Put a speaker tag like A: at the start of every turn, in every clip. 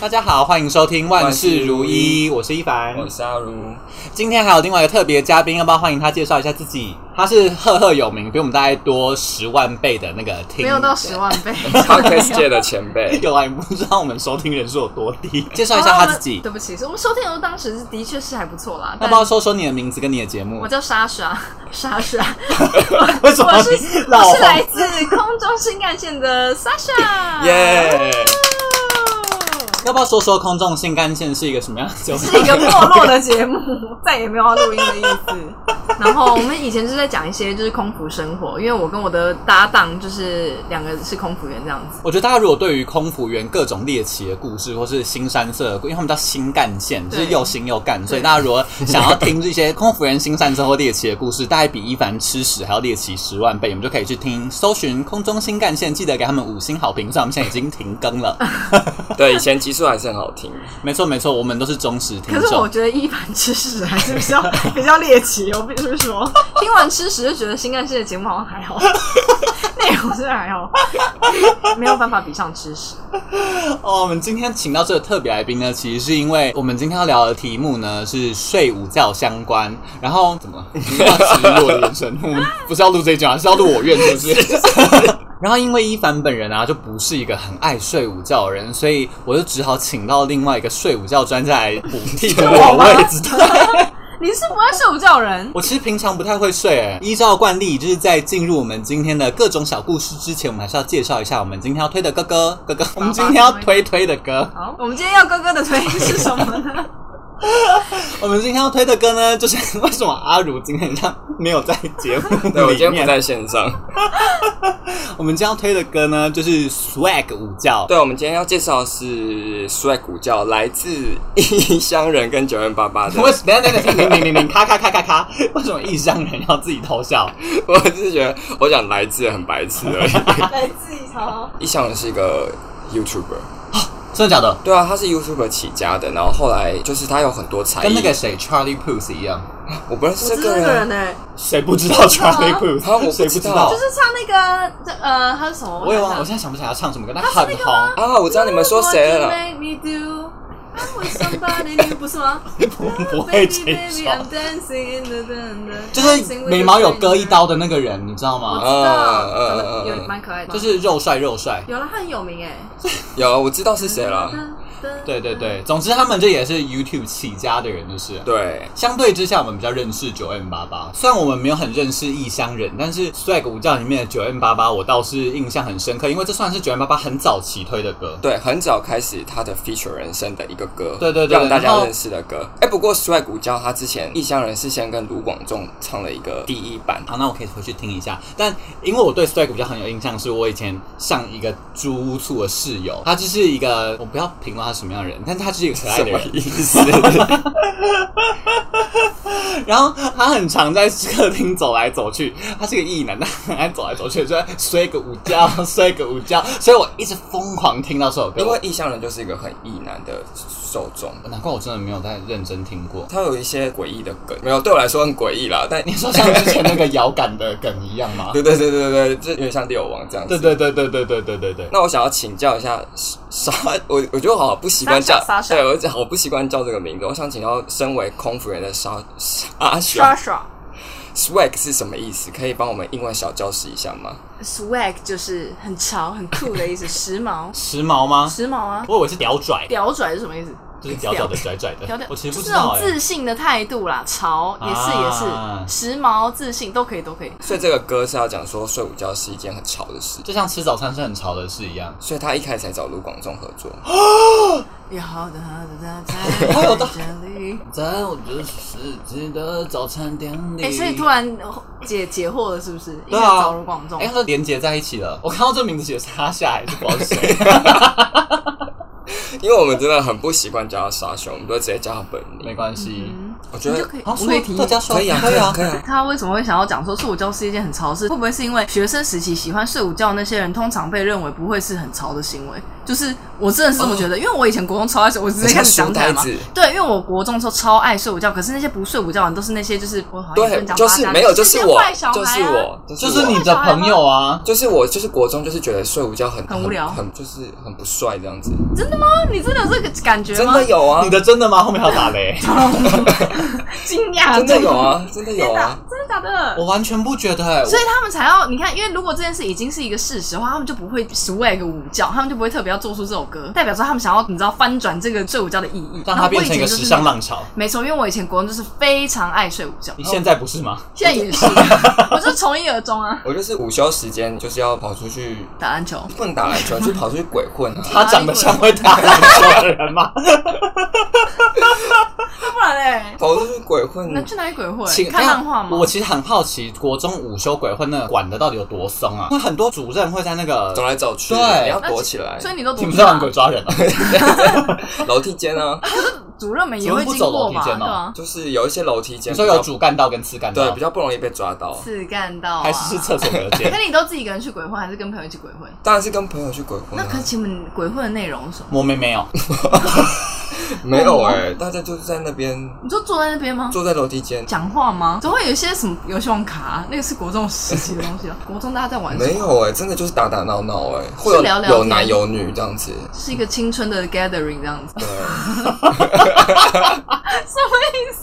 A: 大家好，欢迎收听《万事如意》，我是一凡。
B: 我是阿如，
A: 今天还有另外一个特别嘉宾，要不要欢迎他介绍一下自己？他是赫赫有名，比我们大概多十万倍的那个听，
C: 没有到十万 倍。
B: Podcast 界的前辈，
A: 有啊，你不知道我们收听人数有多 低。介绍一下他自己，
C: 哦对不起，是我们收听人数当时是的确是还不错啦。
A: 要
C: 但
A: 不要说说你的名字跟你的节目
C: 我？叫 莎莎，莎莎，
A: 为什么
C: 我是
A: 你老
C: 我是来
A: 红？
C: 自空中新干线的莎 莎。
B: 耶！
A: 要不要说说空中新干线是一个什么样的节目？
C: 是一个没落的节目，再也没有要录音的意思。然后我们以前就是在讲一些就是空服生活，因为我跟我的搭档就是两个是空服员这样子。
A: 我觉得大家如果对于空服员各种猎奇的故事，或是新山色的故，因为他们叫新干线，就
C: 对
A: 是又新又干，所以大家如果想要听这些空服员新山色或猎奇的故事，大概比一凡吃屎还要猎奇十万倍，你们就可以去听，搜寻空中新干线，记得给他们五星好评。虽然我们现在已经停更了，
B: 对，以前集数还是很好听，
A: 没错没错，我们都是忠实听
C: 可是我
A: 众。
C: 觉得一凡吃屎还是比较 比较猎奇，我必须说， 听完吃屎就觉得新干线的节目好像还 好，内容真的还好，没有办法比上吃屎。
A: 哦，我们今天请到这个特别来宾呢，其实是因为我们今天要聊的题目呢是睡午觉相关。然后 怎么？你要植入我的眼神？我们不是要录这一句啊，是要录我愿是不是？然后因为一凡本人啊，就不是一个很爱睡午觉的人，所以我就只好请到另外一个睡午觉专家来补替 补我位置。
C: 你是不爱睡午觉的人，
A: 我其实平常不太会睡、欸，依照惯例，就是在进入我们今天的各种小故事之前，我们还是要介绍一下我们今天要推的哥哥哥哥，我们今天要推推的歌。
C: 好，我们今天要哥哥的推是什么呢？
A: 我们今天要推的歌呢，就是为什么阿如今天像没有在节目
B: 对我今
A: 里
B: 天不
A: 面？
B: 在线上。
A: 我们今天要推的歌呢，就是 Swag 午觉。
B: 对，我们今天要介绍的是 Swag 古教，来自异乡人跟九零八八 的。
A: 为什么？等一下等一下等一下停停停停，咔咔咔咔咔！为什么异乡人要自己偷笑？
B: 我只是觉得，我讲来自很白痴而已。
C: 来自己好，
B: 异乡人是一个 YouTuber，
A: 真的假的？
B: 对啊，他是 YouTuber 起家的，然后后来就是他有很多才艺。
A: 跟那个谁 Charlie Puth 一样，
B: 我不认识
C: 我
B: 这
C: 知道
B: 个
C: 这个
B: 人，
C: 人呢、
A: 谁不知道 Charlie
B: 啊我
A: Puth？
B: 不
A: 谁不知
B: 知道
A: 道
C: 就？是唱那个这呃，他是什么？
A: 我也忘了，
C: 想
A: 我
C: 想
A: 现在想不起来他唱什么歌，但很红。
B: 啊，我知道你们说谁了
C: What you make me do? I'm with somebody new，不是吗？
A: 我 不会这
C: Baby,
A: 一
C: baby,
A: 首
C: I'm dancing in the dun- dun-
A: 就是眉毛有割一
C: dancing
A: 刀的那个人，你知道
C: with
A: 吗？
B: 嗯嗯
C: the rain. 我知
B: 嗯
C: 道，
B: 嗯
C: 有蛮可爱
A: 啊
C: 的，
A: 就是肉帅肉帅。
C: 有了，他很有名哎。
B: 有，我知道是谁了。
C: 了
A: 对对，对，总之他们这也是 YouTube 起家的人，就是。
B: 对，
A: 相对之下，我们比较认识九 N 八八。虽然我们没有很认识异乡人，但是《Swag 舞教》里面的九 N 八八，我倒是印象很深刻，因为这算是九 N 八八很早期推的歌。
B: 对，很早开始他的 feature 人生的一个歌，
A: 对对对
B: 让大
A: 然
B: 家
A: 后
B: 认识的歌。哎、不过 Swag 古教他之前异乡人是先跟卢广仲唱了一个第一版，
A: 好，那我可以回去听一下。但因为我对 Swag 舞教很有印象，是我以前上一个租屋处的室友，他就是一个我不要评论他什么样的人，但是他就是一个可爱
B: 什
A: 的
B: 么
A: 人。
B: 意思？
A: 然后他很常在客厅走来走去，他是个异男，他很爱走来走去，就在睡个午觉，睡个午觉。所以我一直疯狂听到这首歌，
B: 因为异乡人就是一个很异男的受众，
A: 难怪我真的没有在认真听过。
B: 他有一些诡异的梗，没有对我来说很诡异啦，但
A: 你说像之前那个遥感的梗一样吗？
B: 对对对对对，这有点像六王这样子。
A: 对对对对对对对对对。
B: 那我想要请教一下莎，我我觉得我好不习惯叫，
C: Sasha，Sasha
B: 对我好不习惯叫这个名字。我想请教，身为空服员的莎莎
C: 刷
B: 莎
C: 刷
B: Swag 是什么意思？可以帮我们英文小教室一下吗？
C: swag 就是很潮很酷的 意思，时髦
A: 时髦吗？
C: 时髦啊。
A: 我以为是屌拽，
C: 屌拽是什么意思？
A: 就是屌屌的拽拽的。
C: 屌屌，
A: 我其实不
C: 就
A: 知
C: 是那
A: 道
C: 种
A: 哎、
C: 自信的态度啦，潮也是也
A: 啊
C: 是，时髦自信都可以都可以。
B: 所以这个歌是要讲说睡午觉是一件很潮的事，
A: 就像吃早餐是很潮的事一样。
B: 所以他一开始才找卢广仲合作。
C: 有好的好的
A: 哎呦哎
C: 在
A: 我的
C: 这里。
A: 在我这世纪的早餐店里
C: 哎、所以突然解解惑了，是不是？因
A: 对
C: 为
A: 啊
C: 找卢广仲
A: 哎、，它都连接在一起了。我看到这名字写沙夏，还是不知道是 谁。
B: 因为我们真的很不习惯叫他沙兄，我们都直接叫他本
A: 没
B: 名。
A: 关系，
C: 嗯
B: 我觉
D: 你就
B: 得
D: 可以
A: 好，
D: 我也提
A: 说大家说
B: 可以啊，
A: 可以啊，
B: 可以啊。
C: 他为什么会想要讲说睡午觉是一件很潮的事？会不会是因为学生时期喜欢睡午觉那些人，通常被认为不会是很潮的行为？就是我真的是这么觉得，因为我以前国中超爱睡，我直接开始
B: 书
C: 讲起来
B: 呆
C: 嘛。
B: 子，
C: 对，因为我国中的时候超爱睡午觉，可是那些不睡午觉的人都是那些就是我好像也不
B: 对
C: 能，讲
B: 就
C: 八
B: 是
C: 加
B: 没
C: 九
B: 有，就是我
D: 坏小，孩啊
B: 就是我，
A: 就是
B: 我
A: 你的朋友啊，
B: 就是我，就是国中，就是觉得睡午觉很
C: 很无聊
B: 很就是很不帅这样子，
C: 啊，你真的有这个感觉
B: 真
C: 吗？
B: 的有啊
A: 你，的真的吗？后面还有打雷，
D: 惊讶，
B: 真的有啊，真的有
D: 真
B: 啊
D: 的，真的假的
A: 我？完全不觉得欸。
C: 所以他们才要你看，因为如果这件事已经是一个事实的话，他们就不会 swag 午觉，他们就不会特别要做出这首歌，代表说他们想要你知道翻转这个睡午觉的意义，
A: 让它
C: 然后我
A: 变成
C: 以
A: 一
C: 前
A: 个
C: 就是
A: 时尚浪潮。
C: 没错，因为我以前国中就是非常爱睡午觉，
A: 你现在不是吗？
C: 现在也是，我就从一而终啊，
B: 我就是午休时间就是要跑出去，
C: 打篮球。
B: 不能打篮球，就是跑出去鬼混啊。
A: 他长得像会打篮球的人吗？
C: 那不然嘞，
B: 跑出去鬼混，
C: 能去哪里鬼混
A: 请？
C: 看漫画吗？
A: 我其实很好奇，国中午休鬼混那个管的到底有多松啊？那很多主任会在那个
B: 走来走去，
A: 对
B: 你要躲起来，
C: 所以你都
A: 你
C: 读
A: 们是玩鬼抓人 啊？
B: 楼梯间 啊，
C: 主任们也会经过
A: 主任不走楼
C: 嘛，对
A: 梯间
C: 吧
A: 哦？
B: 就是有一些楼梯
A: 你
B: 间，
A: 说有主干道跟次干道，
B: 对比较不容易被抓到。
C: 是干到啊
A: 还是是厕所隔间
C: 可？你都自己一个人去鬼混，还是跟朋友一起鬼混？
B: 当然是跟朋友去鬼混
C: 那
B: 啊，
C: 可请问你鬼混的内容是什么？
A: 我哦们没有，
B: 没有
C: 哦
B: 哎，大家就是在那边
C: 你就坐在那边吗？
B: 坐在楼梯间，
C: 讲话吗？总会有一些什么游戏王卡啊、那个是国中时期的东 西啊。国中大家在玩什么
B: 没有哎，真的就是打打闹闹哎，会有
C: 聊聊天
B: 有男有女这样子，
C: 是一个青春的 gathering 这样子，
B: 对。
C: 什么意思？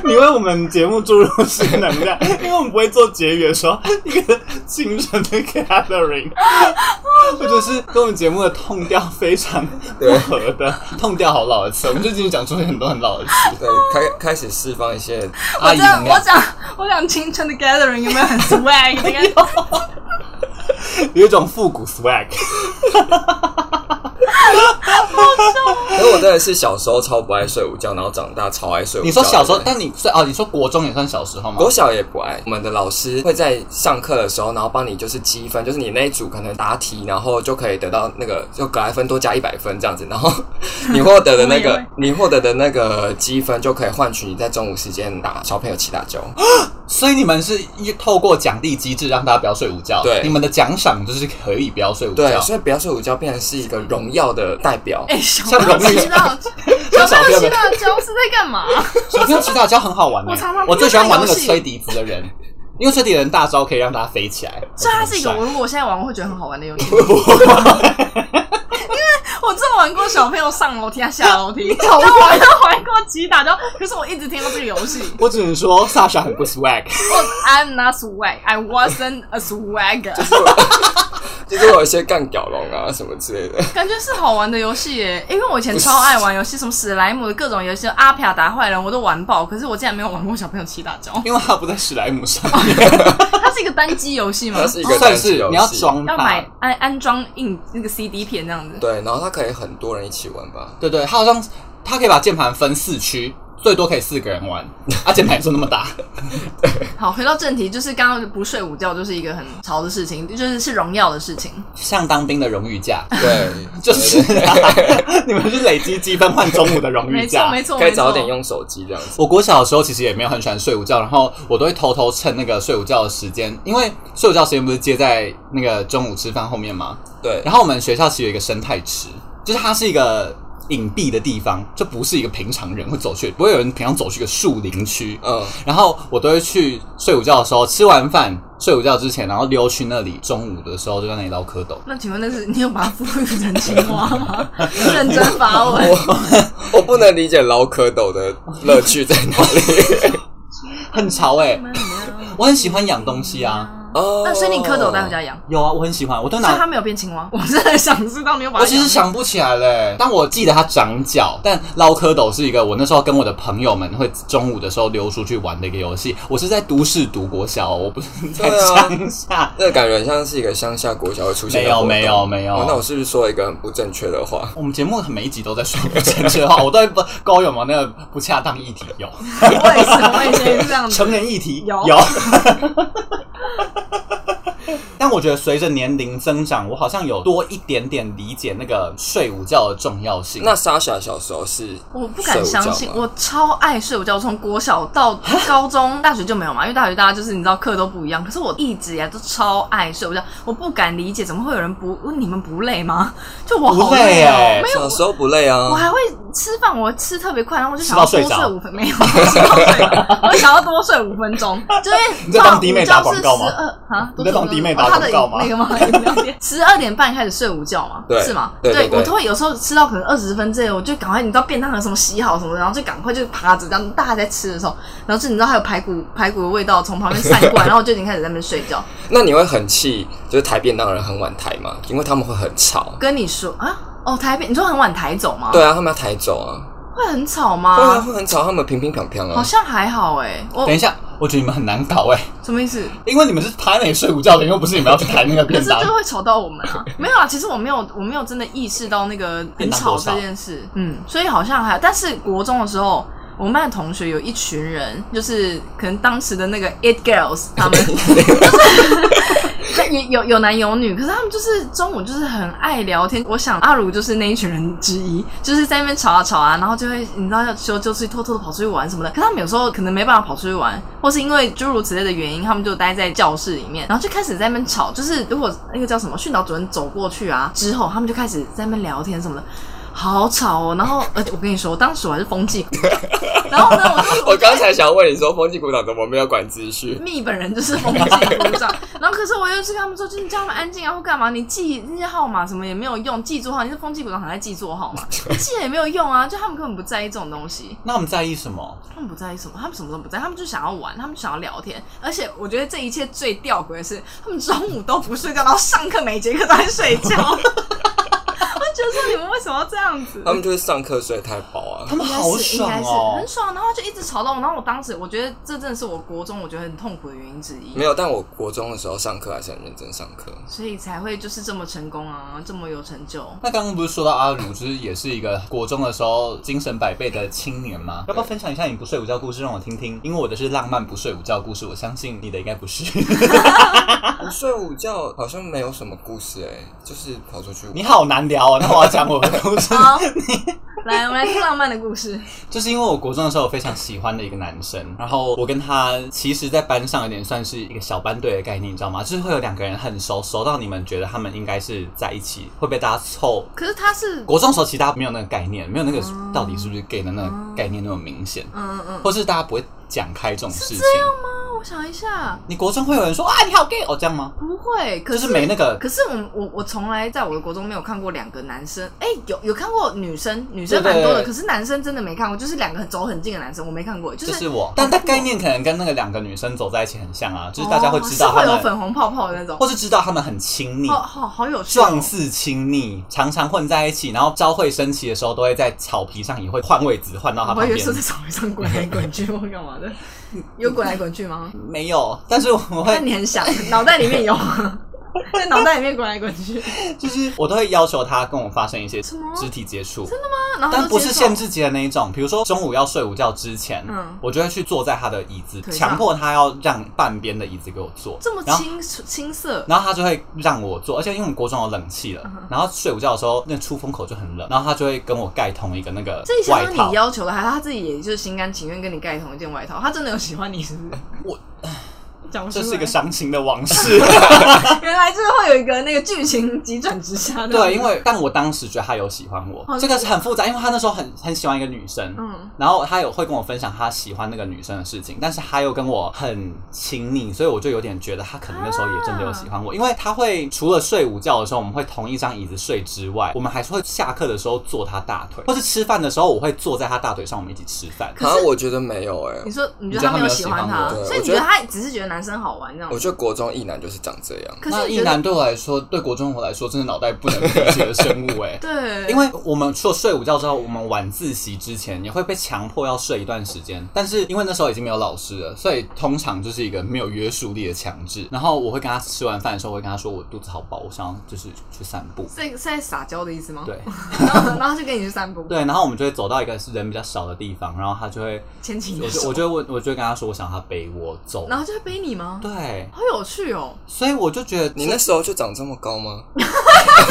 A: 你为我们节目注入新能量， 因为我们不会做结语的时候，一个清纯的 gathering，或者是跟我们节目的痛调非常不合的痛调，好老的词，我们最近讲出很多很老的词，
B: 对，开开始释放一些，
A: 阿
C: 我
A: 姨
C: 讲
A: 能
C: 我
A: 量，
C: 讲我讲青春的 gathering 有没 有很 swag？这个
A: 有一种复古 swag。
B: 可是我真的是小时候超不爱睡午觉，然后长大超爱睡午觉。
A: 你说小时候，
B: 对不对
A: 但你是哦，你说国中也算小时候吗？
B: 国小也不爱。我们的老师会在上课的时候，然后帮你就是积分，就是你那一组可能答题，然后就可以得到那个就格莱芬多加一百分这样子， 然后 你获得的那
C: 我
B: 个
C: 也会
B: 你获得的那个积分就可以换取你在中午时间打小朋友七打九。
A: 所以你们是一透过奖励机制让大家不要睡午觉，
B: 对
A: 你们的奖赏就是可以不要睡午
B: 对，
A: 觉，
B: 所以不要睡午觉，变成是一个荣耀的代表。
C: 哎，小
A: 像
C: 朋友
A: 容易
C: 吃 到
A: 像
C: 小
A: 小
C: 朋
A: 朋友
C: 友吃
A: 的
C: 到胶是在干 嘛？
A: 小朋友骑大跤很好玩的、
C: 我常常
A: 我最喜欢玩那个
C: 玩游戏
A: 吹笛子的人，因为吹笛的人大招可以让大家飞起来，
C: 所以它是一个
A: 很
C: 我
A: 帅
C: 如果我现在玩，我会觉得很好玩的游戏。因为我真的玩过小朋友上楼梯、啊下楼 梯，然后我又玩过击打，然后可是我一直听到这个游戏。
A: 我只能说萨莎很不 swag，
C: 我 I'm not swag, I wasn't a swag，
B: 就是我有一些干屌龙啊什么之类的，
C: 感觉是好玩的游戏耶。因为我以前超爱玩游戏，什么史莱姆的各种游戏，阿皮亚打坏人我都玩爆，可是我竟然没有玩过小朋友七打 交。
A: 因为他不在史莱姆上面，
C: 它是一个单机游戏吗
B: 它？ 是一个
A: 算
B: 单机
A: 是
B: 游
A: 你要
B: 戏
A: 装
C: 要
A: 吧
C: 买。安安装硬那个 CD 片这样子。
B: 对，然后它可以很多人一起玩吧。
A: 对对，他好像他可以把键盘分四区，最多可以四个人玩，啊，键盘也就那么 大。
C: 好，回到正题，就是刚刚不睡午觉就是一个很潮的事情，就是是荣耀的事情。
A: 像当兵的荣誉假，
B: 对，
A: 就是、啊、 你们是累积积分换中午的荣誉
C: 没
A: 假
C: 错，。没错，
B: 可以
C: 没
B: 早
C: 错。
B: 点用手机这样子。
A: 我国小的时候其实也没有很喜欢睡午觉，然后我都会偷偷趁那个睡午觉的时间，因为睡午觉时间不是接在那个中午吃饭后面吗？
B: 对，
A: 然后我们学校其实有一个生态池，就是它是一个隐蔽的地方，就不是一个平常人会走去，不会有人平常走去一个树林区。
B: 嗯，
A: 然后我都会去睡午觉的时候，吃完饭睡午觉之前，然后溜去那里，中午的时候就在那里捞蝌蚪。
C: 那请问那是你有把它赋予成青蛙吗？ 认真发问。
B: 我不能理解捞蝌蚪的乐趣在哪里。
A: 很潮哎、我很喜欢养东西啊。
B: 哦
C: 那所以你蝌蚪带回家养，
A: 有啊，我很喜欢，我都
C: 所以
A: 拿
C: 它没有变青蛙。我真的想知道你有把它
A: 我
C: 养。
A: 其实想不起来嘞、但我记得它长脚。但捞蝌蚪是一个我那时候跟我的朋友们会中午的时候溜出去玩的一个游戏。我是在都市读国小哦，我不是在
B: 对啊
A: 乡下。
B: 这个感觉很像是一个乡下国小哦会出现
A: 没
B: 的
A: 有
B: 活动
A: 没有没有
B: 哦那我是不是说一个很不正确的话？
A: 我们节目每一集都在说 不正确的话，我都会不高有吗？那个不恰当议题有，
C: 我也是，我以前也是这样子。
A: 成人议题
C: 有
A: 有。但我觉得随着年龄增长，我好像有多一点点理解那个睡午觉的重要性。
B: 那莎莎小时候是
C: 我不敢相信，
B: 睡午觉吗
C: 我超爱睡午觉，从国小到高中、大学就没有嘛，因为大学大家就是你知道课都不一样。可是我一直以来都超爱睡午觉，我不敢理解怎么会有人不你们不累吗？就我好
A: 不累
C: 哦、
A: 欸
C: 没有
B: 小时候不累
C: 我
B: 啊。
C: 还会吃饭，我吃特别快，然后我就
A: 嗯吃
C: 想
A: 到
C: 要
A: 睡
C: 多
A: 着
C: 睡五分，没有， 吃到睡着我想要多睡五分钟，就是
A: 你在帮迪妹打广告吗
C: 午觉是12啊，
A: 你在帮迪妹打广告吗
C: 哦她的那个吗 饮料店？十二点半开始睡午觉嘛，
B: 对
C: 是吗？
B: 对对对
C: 我都会有时候吃到可能二十分之类，我就赶快，你知道便当盒什么洗好什么的，然后就赶快就趴着，这样大家在吃的时候，然后就你知道还有排骨排骨的味道从旁边散过来，然后我就已经开始在那边睡觉。
B: 那你会很气，就是台便当的人很晚抬吗？因为他们会很吵。
C: 跟你说啊，哦台北，你说很晚抬走吗？
B: 对，啊，他们要抬走啊，
C: 会很吵
B: 会啊，
C: 吗？
B: 会很吵，他们乒乒乓乓
C: 好
B: 啊。
C: 像还好哎、我
A: 等一下，我觉得你们很难搞哎、
C: 什么意思？
A: 因为你们是台美睡午觉的，又不是你们要去台那个
C: 可
A: 便
C: 是
A: 当
C: 就。会吵到我们啊！没有啊，其实我没有，我没有真的意识到那个很吵这件事。嗯，所以好像还，但是国中的时候，我们班的同学有一群人，就是可能当时的那个 It Girls 他们，就是有有男有女，可是他们就是中午就是很爱聊天。我想阿如就是那一群人之一，就是在那边吵啊吵啊，然后就会你知道要就就是偷偷的跑出去玩什么的。可他们有时候可能没办法跑出去玩，或是因为诸如此类的原因，他们就待在教室里面，然后就开始在那边吵。就是如果那个叫什么训导主任走过去啊，之后他们就开始在那边聊天什么的。好吵哦！然后，呃，我跟你说，当时我还是风纪股长， 然后呢，我就
B: 我刚才想问你说，风纪股长怎么没有管秩序？
C: 密本人就是风纪鼓掌， 然后可是我又是跟他们说，就是你叫他们安静啊，或干嘛？你记那些号码什么也没有用，记座号，你是风纪鼓掌，还在记 座号嘛？记了也没有用啊，就他们根本不在意这种东西，
A: 那我们在意什么？
C: 他们不在意什么，他们什么都不在意，他们就想要玩，他们就想要聊天。而且我觉得这一切最吊诡的是，他们中午都不睡觉，然后上课每节课都在睡觉。 我就觉得说你们为什么要这样子？
B: 他们就是上课睡太饱啊
A: 他。们
C: 应该
A: 好
C: 是应该
A: 爽
C: 是
A: 哦
C: 很！爽，然后就一直吵到我，然后我当时我觉得这真的是我国中我觉得很痛苦的原因之一
B: 没。有，但我国中的时候上课还是很认真上课。
C: 所以才会就是这么成功啊，这么有成就。
A: 那刚刚不是说到阿鲁，就是也是一个国中的时候精神百倍的青年吗？要不要分享一下你不睡午觉故事让我听听？因为我的是浪漫不睡午觉故事，我相信你的应该不是。
B: 我睡午觉好像没有什么故事哎、就是跑出去。
A: 你好难聊哦，那我要讲我的故事。
C: 好，来，我们来听浪漫的故事。
A: 就是因为我国中的时候，我非常喜欢的一个男生，然后我跟他其实，在班上有点算是一个小班队的概念，你知道吗？就是会有两个人很熟，熟到你们觉得他们应该是在一起，会被大家凑。
C: 可是他是，
A: 国中的时候，其实大家没有那个概念，没有那个到底是不是 gay 的那个概念那么明显，
C: 嗯嗯嗯，
A: 或是大家不会讲开这种事情。
C: 啊我想一下，
A: 你国中会有人说啊，你好 gay 哦，这样吗？
C: 不会，可
A: 就是是没那个
C: 可是我我我从来在我的国中没有看过两个男生，哎、有有看过女生，女生蛮
A: 对对
C: 多的，
A: 对
C: 可是男生真的没看过，就是两个走很近的男生，我没看过，就
A: 就是
C: 是哦
A: 我，但他概念可能跟那个两个女生走在一起很像啊，就是大家会知
C: 哦
A: 道
C: 是会
A: 他
C: 有
A: 们，
C: 粉红泡泡的那种，
A: 或是知道他们很亲密，
C: 好好好有趣哦、
A: 状似亲密，常常混在一起，然后朝会升旗的时候，都会在草皮上也会换位置，换到啊他
C: 我
A: 旁
C: 以为
A: 边
C: 是。在草原上滚来滚去或干嘛的，有滚来滚去吗？
A: 没有，但是我会
C: 但你很想，脑袋里 面有啊，在脑袋里面滚来滚去，
A: 就是我都会要求他跟我发生一些
C: 什么
A: 肢体接触，
C: 然后
A: 但
C: 就
A: 不是
C: 接受
A: 限制级的那一种。比如说中午要睡午觉之前，
C: 嗯
A: 我就会去坐在他的椅子，
C: 腿上
A: 强迫他要让半边的椅子给我坐，
C: 这么
A: 然后
C: 青青涩，
A: 然后他就会让我坐，而且因为我们国中有冷气
C: 嗯
A: 了，然后睡午觉的时候那出风口就很冷，然后他就会跟我盖同一个那个
C: 这也相
A: 外
C: 当
A: 套
C: 你。要求的，还是他自己也就是心甘情愿跟你盖同一件外套？他真的有喜欢你是不是？
A: 我
C: 讲不出
A: 这
C: 来
A: 是一个伤心的往事。
C: 原来就是会有一个那个剧情急转直下的，
A: 对，因为 但我当时觉得他有喜欢我
C: 哦，
A: 这个是很复杂，因为他那时候很很喜欢一个女生，
C: 嗯
A: 然后他有会跟我分享他喜欢那个女生的事情，但是他又跟我很亲密，所以我就有点觉得他可能那时候也真的有喜
C: 啊
A: 欢我，因为他会除了睡午觉的时候我们会同一张椅子睡之外，我们还是会下课的时候坐他大腿，或是吃饭的时候我会坐在他大腿上，我们一起吃饭。
B: 啊，我觉得没有哎、
C: 你说你觉
A: 你觉
C: 得
A: 得他
C: 他没
A: 没有
C: 有
A: 喜
C: 喜欢
A: 欢
C: 他，
A: 我
B: 对
C: 所以
B: 我
C: 你
B: 觉
C: 觉
B: 得
C: 得他只是觉得男生好玩这样
B: 我
C: 子？
B: 觉得国中一男就是长这样。
C: 可
A: 那
C: 是你
A: 一
C: 觉得
A: 男对我来说，对国中我来说，真的脑袋不能理解的生物哎、
C: 对，
A: 因为我们除了睡午觉之后，我们晚自习之前也会被强迫要睡一段时间，但是因为那时候已经没有老师了，所以通常就是一个没有约束力的强制。然后我会跟他吃完饭的时候，我会跟他说我肚子好饱，我想要就是去散 步。
C: 是是在撒娇的意思吗？
A: 对
C: 然后然后他就跟你去散步，
A: 对，然后我们就会走到一个人比较少的地方，然后他就会，
C: 牵起你
A: 我
C: 的
A: 就
C: 手
A: 我，就会问，我就会跟他说我想要他背我走。
C: 然后就会背你米吗？
A: 对，
C: 好有趣哦！
A: 所以我就觉得嗯
B: 你那时候就长这么高吗？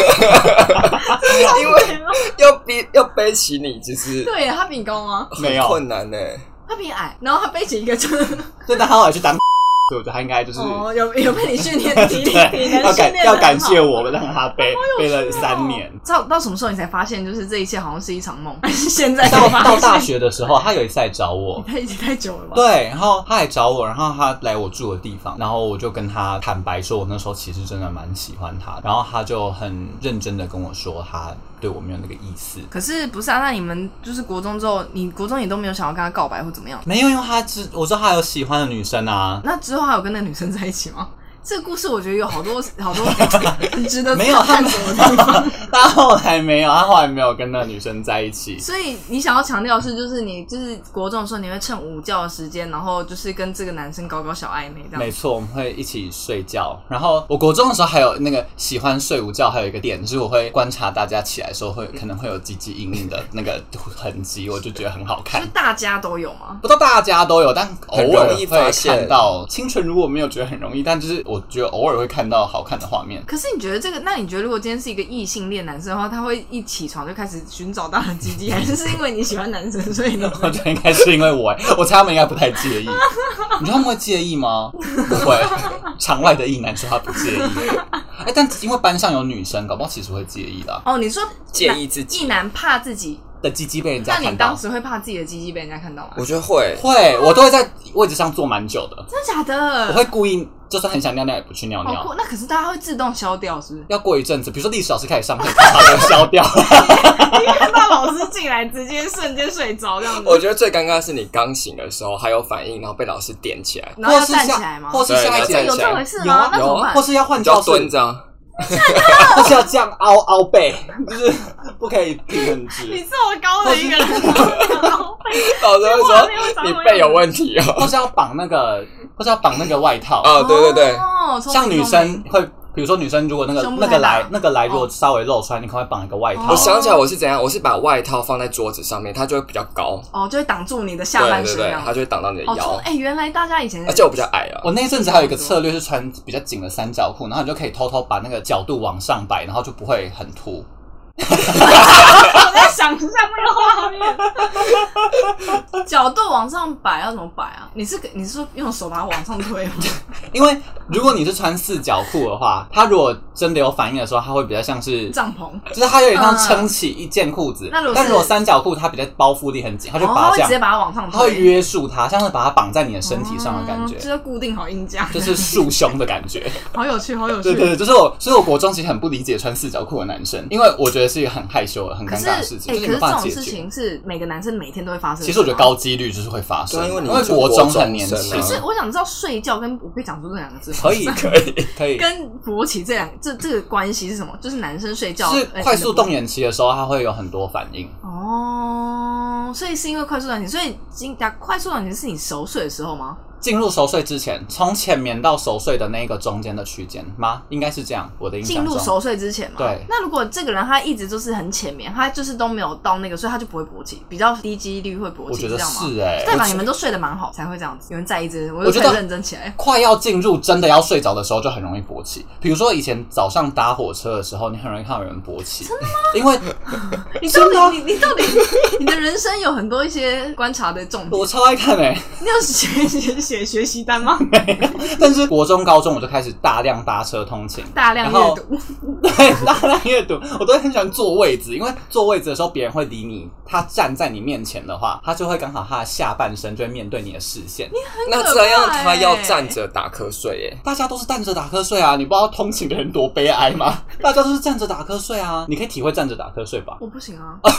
B: 因为要背要背起你，其实
C: 哦对啊耶，他比你高吗？
A: 没
B: 很
A: 有
B: 困难呢、欸
C: 他比你矮，然后他背起一个 就是
A: 对，但他后来去当， 所以我觉得他应该就是、
C: 哦，有有被你训练 体 力，体
A: 对
C: 能
A: 要
C: 训
A: 感
C: 练
A: 要
C: 得
A: 感
C: 很好
A: 谢我们让他背背
C: 哦
A: 了三年。。
C: 到到什么时候你才发现，就是这一切好像是一场 梦？现在 才
A: 到
C: 发
A: 到大
C: 现，
A: 学的时候，他有一次来找 我，
C: 他已经太久了吧？
A: 对，然后他来找我，然后他来我住的地方，然后我就跟他坦白说，我那时候其实真的蛮喜欢他，然后他就很认真的跟我说，他对我没有那个意思。
C: 可是不是啊？那你们就是国中之后，你国中也都没有想要跟他告白或怎么样？
A: 没有，因为他知我知道他有喜欢的女生 啊，
C: 那之后还有跟那个女生在一起吗？这个故事我觉得有好多好多 很值 得
A: 没有他
C: 探
A: 没
C: 索的地方。
A: 他后来没有，他后来没有跟那个女生在一起。
C: 所以你想要强调的是，就是你就是国中的时候，你会趁午觉的时间，然后就是跟这个男生搞搞小暧昧这
A: 没
C: 样。
A: 错，我们会一起睡觉。然后我国中的时候还有那个喜欢睡午觉，还有一个点就是我会观察大家起来的时候会可能会有唧唧硬硬的那个痕迹，我就觉得很好看
C: 就。大家都有吗？
A: 不知道大家都有，但偶
B: 很
A: 尔
B: 容
A: 会
B: 易发现
A: 看到清纯。如果没有觉得很容易，但就是我觉得偶尔会看到好看的画面。
C: 可是你觉得这个？那你觉得如果今天是一个异性恋男生的话，他会一起床就开始寻找大人鸡鸡，还是是因为你喜欢男生，所以你
A: 我觉得应该是因为我，我猜他们应该不太介 意。你知道他们会介意吗？不会，场外的异男说他不介意。哎、但因为班上有女生，搞不好其实会介意的啊、
C: 哦，你说
B: 介意自己
C: 一男怕自己，
A: 的鸡鸡被人家
C: 那你
A: 看到
C: 当，时会怕自己的鸡鸡被人家看到吗？
B: 我觉得会，
A: 会，我都会在位置上坐蛮久的，
C: 真的假
A: 我
C: 的？
A: 会故意就算很想尿尿也不去尿
C: 嗯好酷！
A: 尿。？
C: 那可是大家会自动消掉，是不是
A: 要过一阵子，比如说历史老师开始上课，他就消掉了。
C: 看到老师进来，直接瞬间睡着这样
B: 我
C: 子。
B: 觉得最尴尬的是你刚醒的时候还有反应，然后被老师点起来，
C: 然后要
A: 或是
C: 站
A: 下
C: 起来吗？
A: 或是
B: 对
A: 下一节
B: 要站
C: 有
B: 起来
C: 这回事
A: 有
C: 吗
A: 啊？
C: 那怎么办
A: 或？是要换
B: 你就
A: 教
B: 要
A: 室，
B: 蹲着啊。
A: 或是要这样凹凹背，就是不可以平很 直，
C: 这么高的一个人，
B: 老师会
C: 哇那个
B: 说
C: 长
B: 你
C: 得
B: 背有
C: 有
B: 问题
A: 或
B: 哦。
A: 是要绑那个，或是要绑那个外套。
B: 哦，对对对，
C: 哦，聪
A: 像
C: 明
A: 女
C: 聪
A: 生
C: 明
A: 会，比如说女生如果那个
C: 胸部
A: 那个
C: 太大
A: 来那个来，如果
C: 哦
A: 稍微露出来，你可能会绑一个外套
B: 我
C: 哦。
B: 想起来我是怎样，我是把外套放在桌子上面，它就会比较高，
C: 哦，就会挡住你的下
B: 对
C: 半
B: 对
C: 身这
B: 对
C: 样，。
B: 它就会挡到你的
C: 哦，聪
B: 腰，
C: 哎，原来大家以前
B: 而且我比较矮啊
A: 我。那一阵子还有一个策略是穿比较紧的三角裤，然后你就可以偷偷把那个角度往上摆，然后就不会很凸。
C: 我在想象那个画面，角度往上摆要怎么摆啊？你是你是说用手把它往上推 吗？
A: 因为如果你是穿四角裤的话，它如果真的有反应的时候，它会比较像是，
C: 帐篷，
A: 就是它有点像撑起一件裤子。
C: 嗯那如果是
A: 但如果三角裤，它比较包覆力很紧，它就
C: 然后
A: 把
C: 他
A: 它
C: 哦会
A: 这
C: 直接
A: 样，
C: 把它往上
A: 它会
C: 推，
A: 约束它，像是把它绑在你的身体上的感觉
C: 哦，就是固定好硬架，
A: 就是束胸的感 觉。
C: 好有趣，好有
A: 对对
C: 趣。
A: 对，就是我，所以我国中其实很不理解穿四角裤的男生，因为我觉得是一个很害羞的、很
C: 可
A: 尴
C: 是，
A: 尬
C: 哎、
A: 的事情，就
C: 可
A: 是是没
C: 这
A: 有办法
C: 种
A: 解
C: 事
A: 决。
C: 情是每个男生每天都会发生。
A: 其实我觉得。高几率就是会发生，
B: 对啊因为你是
A: 国中
B: 国中
A: 很年
B: 生
A: 轻，
B: 啊
C: 可是我想知道睡觉跟我可以讲出这两个字吗，
A: 嗯可 以可以可以，
C: 跟勃起这两这这个关系是什么？就是男生睡觉
A: 就是
C: 哎
A: 快速动
C: 你的
A: 眼期的时候，它会有很多反应。
C: 勃哦，所以是因为快速转体，所以今打快速转体是你熟睡的时候吗？
A: 进入熟睡之前，从浅眠到熟睡的那个中间的区间吗？应该是这样，我的印
C: 进
A: 象
C: 入
A: 中。
C: 熟睡之前嘛。
A: 对
C: 那如果这个人他一直都是很浅眠，他就是都没有到那个，所以他就不会勃起，比较低几率会勃
A: 我
C: 起，
A: 觉
C: 是
A: 得
C: 这样吗？
A: 是哎、
C: 代表
A: 我
C: 你们都睡得蛮好，才会这样子。有人在意这个，我
A: 我
C: 就
A: 觉得
C: 开始认真起 来。
A: 快要进入真的要睡着的时候，就很容易勃起。比如说以前早上搭火车的时候，你很容易看到有人勃起，真的吗？因为
C: 你到底你你到底你的人生有很多一些观察的重点。
A: 我超爱看哎、
C: 你有写写写学习单吗？
A: 但是国中、高中我就开始大量搭车通勤，
C: 大量阅读，
A: 对，大量阅读，我都会很喜欢坐位置，因为坐位置的时候别人会理你，他站在你面前的话，他就会刚好他的下半身就会面对你的视线。
B: 那这样他要
C: 欸
B: 站着打瞌睡欸耶。
A: 大家都是站着打瞌睡啊，你不知道通勤的人多悲哀吗？ 大家都是站着打瞌睡啊，你可以体会站着打瞌睡吧。
C: 我不行 啊，我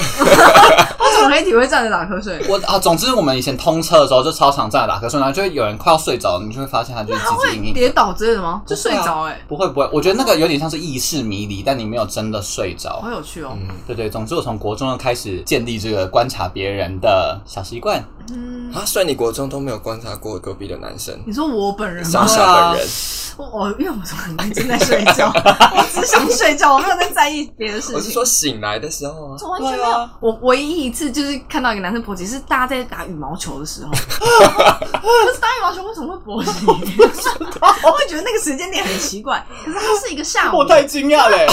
C: 怎么可以体会站着打瞌睡？
A: 我啊，总之我们以前通车的时候就超常站着打瞌睡，然后就会有人快要睡着，你就会发现他就是
C: 他
A: 唧唧
C: 会
A: 硬硬
C: 跌
A: 的。
C: 倒之类的吗？就
A: 不会
C: 睡
A: 啊
C: 着哎、
A: 不会不会，我觉得那个有点像是意识迷离，但你没有真的睡着
C: 好。有趣哦。
B: 嗯
A: 对对，总之我从国中就开始建立这个观察别人的小习惯，
C: 嗯，
B: 啊，所以你国中都没有观察过隔壁的男生，
C: 你说我本人
B: 莎
C: 吗？
B: 莎本人，
C: 我我因为我昨晚一直在睡觉， 我只想睡觉，我没有在在意别的事情。
B: 我是说醒来的时候啊，
C: 我完全没
A: 对
C: 有
A: 啊。
C: 我唯一一次就是看到一个男生勃起，是大家在打羽毛球的 时候。可是打羽毛球为什么会勃起？ 我会觉得那个时间点很奇怪。可是它是一个下午
A: 我，太惊讶嘞！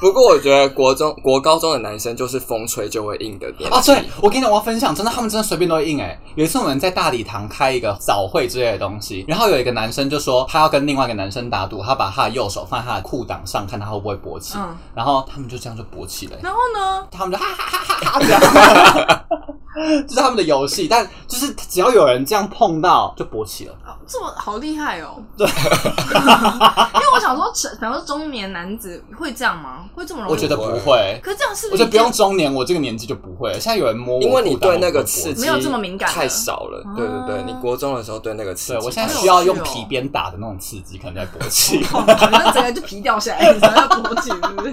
B: 不过我觉得国中、国高中的男生就是风吹就会硬的年
A: 啊，
B: 纪
C: 哦
A: 对，我跟你讲，我要分享，真的，他们真的随便都会应哎、有一次我们在大礼堂开一个早会之类的东西，然后有一个男生就说他要跟另外一个男生打赌，他把他的右手放在他的裤裆上，看他会不会勃起。
C: 嗯
A: 然后他们就这样就勃起了欸、
C: 然后呢？
A: 他们就哈哈哈哈哈这样，这是他们的游戏。但就是只要有人这样碰到，就勃起了。
C: 啊这么好厉害哦！对， 因为我想说，成假如说中年男子会这样吗？会这么容易？
A: 我觉得不会，
C: 可是这样是
A: 我
C: 不
A: 觉
C: 是
A: 得不用中年，我这个年纪就不会了。现在有人摸我裤裆，
B: 因为你对那
A: 我
B: 个
A: 就勃
B: 刺
A: 起
B: 激
C: 没有这么敏感了
B: 太少了
C: 啊。
B: 对对对，你国中的时候对那个
A: 对
B: 刺激太少，
A: 我现在
C: 好
A: 需要用
C: 有趣哦
A: 皮鞭打的那种刺激，可能在勃起。
C: 痛，可能整个就皮掉下来，你才要勃起，是不 是？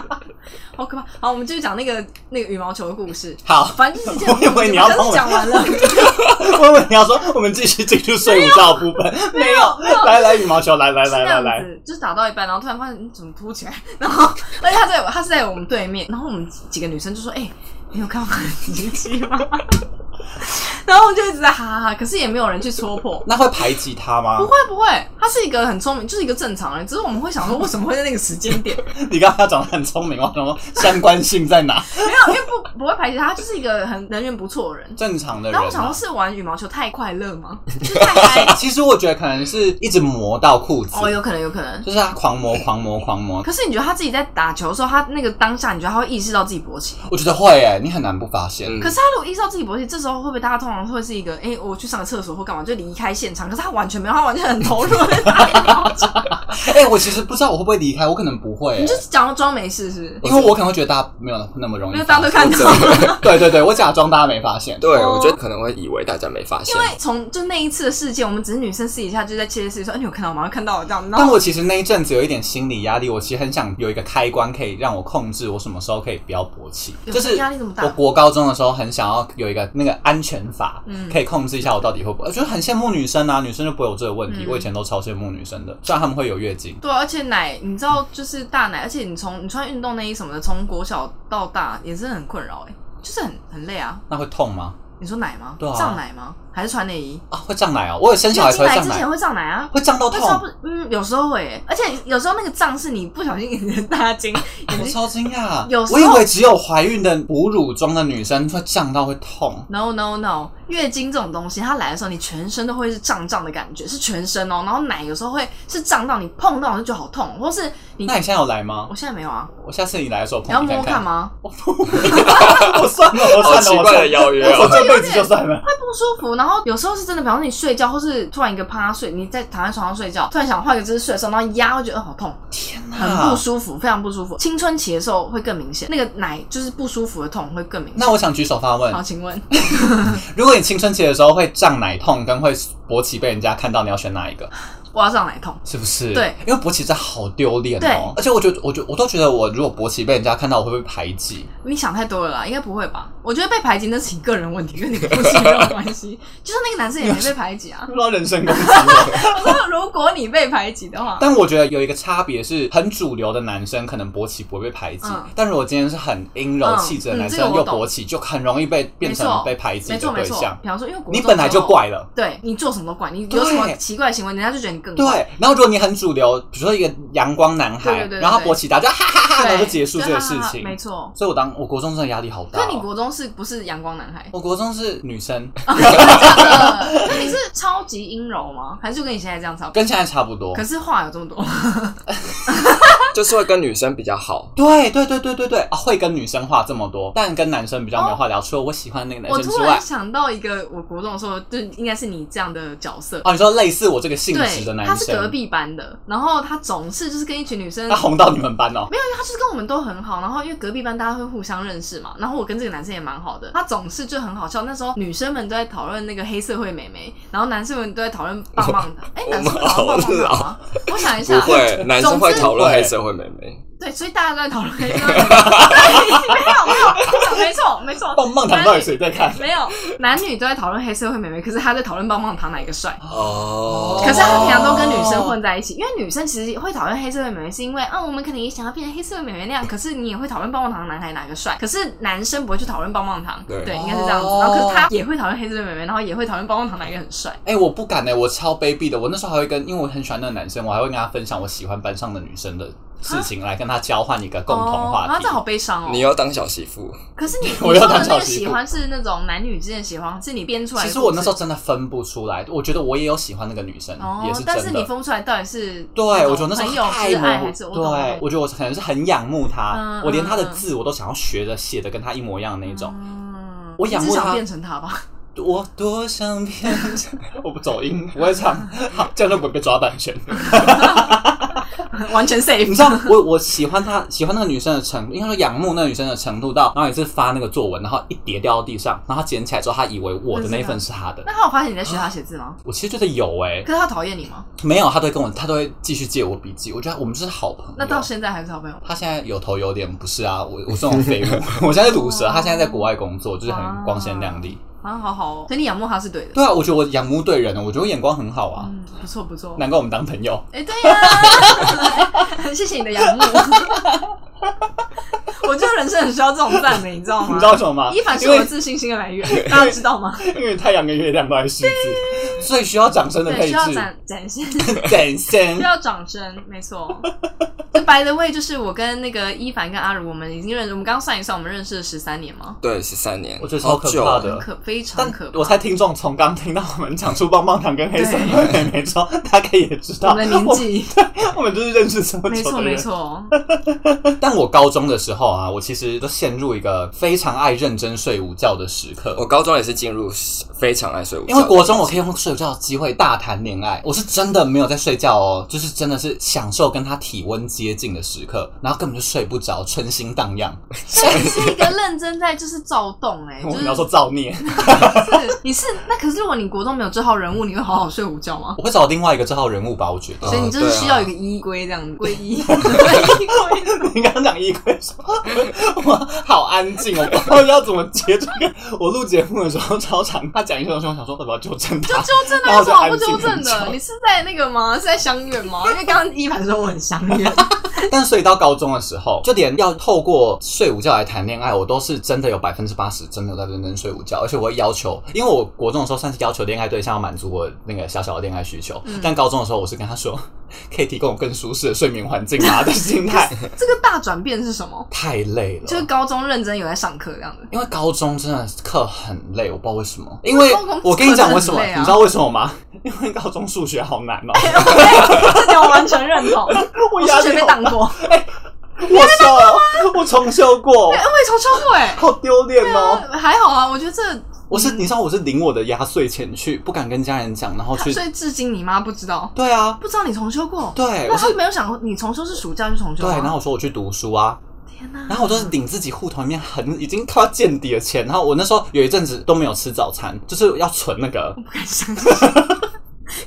C: 好可怕！好，我们继续讲那个那个羽毛球的故事。
A: 好，
C: 反正就是这
A: 我以
C: 样，
A: 为你要帮我
C: 讲完了。
A: 我以为你要说，我们继续进入睡午觉的部分，没有，来来羽毛球，来来
C: 是
A: 来
C: 那
A: 来
C: 样
A: 来，
C: 子，就是打到一半，然后突然发现你怎么凸起来， 然后而且他在他是在我们对面，然后我们几个女生就说：“哎、你有看到很年轻吗？” 然后我们就一直在哈哈哈，可是也没有人去戳破。
A: 那会排挤他吗
C: 不？会不会，他是一个很聪明，就是一个正常人，只是我们会想说为什么会在那个时间 点？
A: 你刚刚讲的很聪明，我想说相关性在 哪？
C: 没有，因为不不会排挤他，他就是一个很人缘不错的人。
A: 正常的人
C: 然后
A: 啊
C: 我。想说，是玩羽毛球太快乐吗？就是太嗨？
A: 其实我觉得可能是一直磨到裤子，
C: 哦，有可能，有可能。
A: 就是他狂磨、狂磨、狂磨。
C: 可是你觉得他自己在打球的时候，他那个当下，你觉得他会意识到自己勃起？
A: 我觉得会诶、你很难不发现。
B: 嗯
C: 可是他如果意识到自己勃起，这时候会不会大家通常会是一个，哎、我去上个厕所或干嘛就离开现场？可是他完全没有，他完全很投入在打羽毛 球，
A: 哎、我其实不知道我会不会离开，我可能不会、
C: 你就
A: 欸，
C: 假装装没事，是不
A: 因
C: 是？
A: 为我可能会觉得大家没有那么容易
C: 因为
A: 发
C: 大
A: 现，
C: 家都看到，
A: 对对对，我假装大家没发现。
B: 对，
C: 哦
B: 我觉得可能会以为大家没发现
C: 因为，从就那一次的事件，我们只是女生私底下就在窃窃私语说，哎、你有看到吗？看到了这样，然
A: 但
C: 后
A: 我其实那一阵子有一点心理压力，我其实很想有一个开关可以让我控制我什么时候可以不要勃起，
C: 有
A: 就是
C: 压力这么大
A: 我国高中的时候很想要有一个那个安全法，
C: 嗯
A: 可以控制一下我到底会不会，我觉得很羡慕女生啊，女生就不会有这个问题。
C: 嗯
A: 我以前都超羡慕女生的，虽然她们会有月经。
C: 对，啊而且奶，你知道就是大奶，而且你从你穿运动内衣什么的，从国小到大也是很困扰，哎，就是很很累啊。
A: 那会痛吗？
C: 你说奶吗？
A: 对啊
C: 胀奶吗？还是穿内衣？
A: 啊，会胀奶哦！我有生小孩
C: 月
A: 才
C: 经
A: 会胀
C: 来嗯之
A: 奶
C: 前，会胀奶啊，
A: 会胀到
C: 但是它不
A: 痛。，
C: 嗯，有时候会耶，而且有时候那个胀是你不小心 眼睛大惊，眼
A: 啊我
C: 睛。
A: 超惊讶
C: 有，时
A: 我
C: 候
A: 以为只有怀孕的哺乳中的女生会胀到会痛。
C: No no no，月经这种东西，它来的时候，你全身都会是胀胀的感觉，是全身哦。然后奶有时候会是胀到你碰到就觉得好痛，或是你
A: 那你现在有来吗
C: 我？现在没有啊，
A: 我下次你来的时候
C: 你
A: 碰
C: 要
A: 你
C: 摸
A: 看
C: 摸看？吗？
A: 我不， 我算了，我
B: 好
A: 算
B: 奇
A: 了，我
B: 怪的
A: 算了，
B: 邀约
A: 我
B: 哦。
A: 这辈子就算了。
C: 会不舒服，然后有时候是真的，比方说你睡觉，或是突然一个趴睡，你在躺在床上睡觉，突然想换个姿势睡的时候，然后一压会觉得、呃、好痛，
A: 天哪
C: 很不舒服，非常不舒服。青春期的时候会更明显，那个奶就是不舒服的痛会更明显。
A: 那我想举手发问
C: 好，，请问，
A: 如果你青春期的时候会胀奶痛，跟会勃起被人家看到，你要选哪一个？
C: 我要上奶痛，
A: 是不是？
C: 对，
A: 因为勃起真的好丢脸
C: 对
A: 哦。而且我觉得，我觉得我都觉得，我如果勃起被人家看到，我会被排挤。
C: 你想太多了啦，应该不会吧？我觉得被排挤那是你个人问题，跟你不是没有关 系。就是那个男生也没被排挤啊。
A: 不知道人身攻击我。
C: 我说如果你被排挤的 话，
A: 但我觉得有一个差别是，很主流的男生可能勃起不会被排挤，
C: 嗯
A: 但如果今天是很阴柔
C: 嗯
A: 气质的男
C: 嗯这个
A: 生
C: 我
A: 又
C: 懂
A: 勃起，就很容易被变
C: 没错
A: 成被排挤
C: 没
A: 的
C: 错没
A: 对
C: 错
A: 象。。
C: 比方说，因为国
A: 你
C: 中
A: 本来
C: 之
A: 就
C: 后，
A: 怪了。
C: 对你做什么都怪，你有
A: 对
C: 什么奇怪的行为，人家就觉得你更
A: 对
C: 怪。，
A: 然后如果你很主流，比如说一个阳光男孩，
C: 对对对对
A: 然后他勃起大家哈哈哈，
C: 对，
A: 然后就结束
C: 对
A: 这个
C: 哈
A: 事
C: 哈哈
A: 情。
C: 没错。
A: 所以我当我国中真的压力好大、
C: 那
A: 哦。
C: 你国中是不是阳光男孩
A: ？我国中是女 生，
C: 呃那你是超级阴柔吗？还是就跟你现在这样差不多？
A: 跟现在差不多
C: 可。是话有这么 多，
B: 就是会跟女生比较好。
A: 对对对对对对啊，会跟女生话这么多，但跟男生比较没有话聊。除了我喜欢那个
C: 我
A: 男生
C: 突
A: 之
C: 然
A: 外，
C: 想到一个，我国中的时候就应该是你这样的角色，
A: 哦，你说类似我这个性质的
C: 对，
A: 男
C: 他
A: 生，
C: 是隔壁班的，然后他总是就是跟一群女生，
A: 他红到你们班哦。
C: 没有，因为他就是跟我们都很好，然后因为隔壁班大家会互相认识嘛，然后我跟这个男生也蛮好的，他总是就很好笑。那时候女生们都在讨论那个黑社会美眉，然后男生们都在讨论棒 棒糖，哎，
B: 我
C: 男生会讨论棒棒糖吗？我想一
B: 不
C: 下，
B: 会，男生会
C: 啊总之
B: 讨论
A: 会
B: 黑社会妹妹。
C: 对，所以大家都在讨论黑社会美眉，对没有没有没错没
D: 没错，
A: 棒棒糖到底谁在看？
D: 没有，
C: 男女都在讨论黑社会妹妹，可是他在讨论棒棒糖哪一个帅。
B: 哦，
C: 可是他平常都跟女生混在一起，因为女生其实会讨论黑社会妹妹，是因为啊，我们可能也想要变成黑社会妹妹那样。可是你也会讨论棒棒糖男孩哪个帅，可是男生不会去讨论棒棒糖，
B: 对
C: 对，应该是这样子。然后可是他也会讨论黑社会妹妹，然后也会讨论棒棒糖哪一个很帅。
A: 哎、我不敢哎、我超卑鄙的。我那时候还会跟，因为我很喜欢那个男生，我还会跟他分享我喜欢班上的女生的事情，来跟他交换一个共同
C: 哦
A: 话
C: 然后
A: 题。
C: 这好悲伤哦。
B: 你要当小媳妇，
C: 可是你你
A: 我
C: 说
A: 要
C: 的
A: 当
C: 那
A: 小
C: 个
A: 媳妇
C: 喜欢是那种男女之间的喜欢，是你编出来的
A: 其
C: 故事。
A: 实我那时候真的分不出来，我觉得我也有喜欢那个女生，
C: 哦
A: 也是，
C: 但是
A: 真
C: 你
A: 的。
C: 分不出来到底是
A: 对，
C: 那种
A: 我觉得那时
C: 朋友
A: 候太
C: 之爱
A: 模糊。
C: 还是我懂我
A: 对
C: 懂，
A: 我觉得我可能是很仰慕他，
C: 嗯
A: 我连他的
C: 嗯嗯
A: 字我都想要学着写的跟他一模一样的那种。
C: 嗯
A: 我仰慕
C: 你至少
A: 他
C: 变成他吧。
A: 我多想变成， 我不走音，不会 唱，好，这样就不会被抓版权。
C: 完全
A: 你
C: safe。
A: 知道我我喜欢她喜欢那个女生的程度，应该说仰慕那个女生的程度到，然后也是发那个作文，然后一叠掉到地上，然后她捡起来之后，她以为我的那一份是她的
C: 那。他有发现你在学他写字吗？
A: 我其实觉得有哎、
C: 可是他讨厌你吗？
A: 没有，她都会跟我，她都会继续借我笔记。我觉得我们就是好朋友。
C: 那到现在还是好朋友吗？
A: 她现在有头有脸，不是啊？我我这种废 物，我现在是毒蛇，她现在在国外工作，就是很光鲜亮丽。
C: 啊，好好哦，所以你仰慕他是对的。
A: 对啊，我觉得我仰慕对人了，我觉得我眼光很好啊，
C: 嗯，不错不错。
A: 难怪我们当朋友。
C: 哎、对呀、 谢谢你的仰慕。我觉得人生很需要这种赞美，你知道
A: 你
C: 吗
A: 知？道为什么吗？
C: 一凡是
A: 因
C: 我
A: 为
C: 的自信心的来源，大家知道吗？
A: 因为太阳跟月亮都在狮子，所以需要掌声的
C: 对，
A: 配
C: 需要
A: 置。
C: 展展现。
A: 掌声
C: 需。要掌声，没错。就 by the way，就是我跟那个一凡跟阿如，我们已经认，我们刚刚算一算，我们认识了十三年吗？
B: 对，十三年，
A: 我觉得
B: 好
A: 超可
B: 久
A: 怕
B: 哦
A: 的
C: 很可非常
A: 但
C: 可怕。
A: 我猜听众从刚听到我们讲出棒棒糖跟黑色 妹妹之后，大概也知道
C: 我们的年纪，
A: 我，我 们就是认识这么
C: 没
A: 久
C: 错
A: 的人。
C: 没 错。
A: 但我高中的时候啊，我其实都陷入一个非常爱认真睡午觉的时刻
C: 哦
B: 我。高中也是进入非常爱睡午觉，
A: 因为国中我可以用睡午觉的机会大谈恋爱，我是真的没有在睡觉哦，就是真的是享受跟他体温接近的时刻，然后根本就睡不着，春心荡 漾。
C: 但你是一个认真在就是躁动哎、
A: 我
C: 就是
A: 们要说造 孽，
C: 是你是那可是如果你国中没有这号人物，你会好好睡午觉吗？
A: 我会找另外一个这号人物吧，我觉 得。
B: 嗯
C: 所以你就是需要一个依归这样子， 归依依归。
A: 你刚刚讲衣柜说，我好安静，我不 知道要怎么接这个。我录节目的时候超长，他讲一些东西，我想说要不要纠正他？
C: 纠正
A: 然
C: 啊，
A: 后
C: 为
A: 我
C: 什
A: 就
C: 么不
A: 安静
C: 纠正
A: 很
C: 的？
A: 久
C: 你是在那个吗？是在相远吗？因为刚刚一凡说我很相 远，
A: 但所以到高中的时候，就连要透过睡午觉来谈恋爱，我都是真的有百分之八十真的有在认真睡午觉，而且我会要求，因为我国中的时候算是要求恋爱对象要满足我那个小小的恋爱需求，
C: 嗯
A: 但高中的时候我是跟他说，可以提供我更舒适的睡眠环境吗？的心 态
C: 这个大转变是什么？
A: 太累了，
C: 就是高中认真有在上课这样 子。
A: 因为高中真的课很累，我不知道为什么。因为
C: 高中
A: 我跟你讲为什么，
C: 真的很累啊
A: 你知道为什么吗？因为高中数学好难哦、
C: 这点我完全认同，
A: 我
C: 我
A: 压
C: 数学
A: 力
C: 被
A: 好
C: 当过，
A: 我修，我重修过
C: 哎、，我也重修过哎、
A: 好丢脸哦。
C: 呃还好啊，我觉得这
A: 我
C: 嗯
A: 是你知道我是领我的压岁钱去，不敢跟家人讲，然后去
C: 所。以至今你妈不知道，
A: 对啊，
C: 不知道你重修过，
A: 对，
C: 那啊
A: 我
C: 她
A: 是
C: 没有想过你重修是暑假就重修
A: 对，
C: 吗，
A: 然后我说我去读书啊，
C: 天哪、
A: 然后我就是领自己户头里面很已经快要见底的钱，然后我那时候有一阵子都没有吃早餐，就是要存那个
C: 不敢 相信。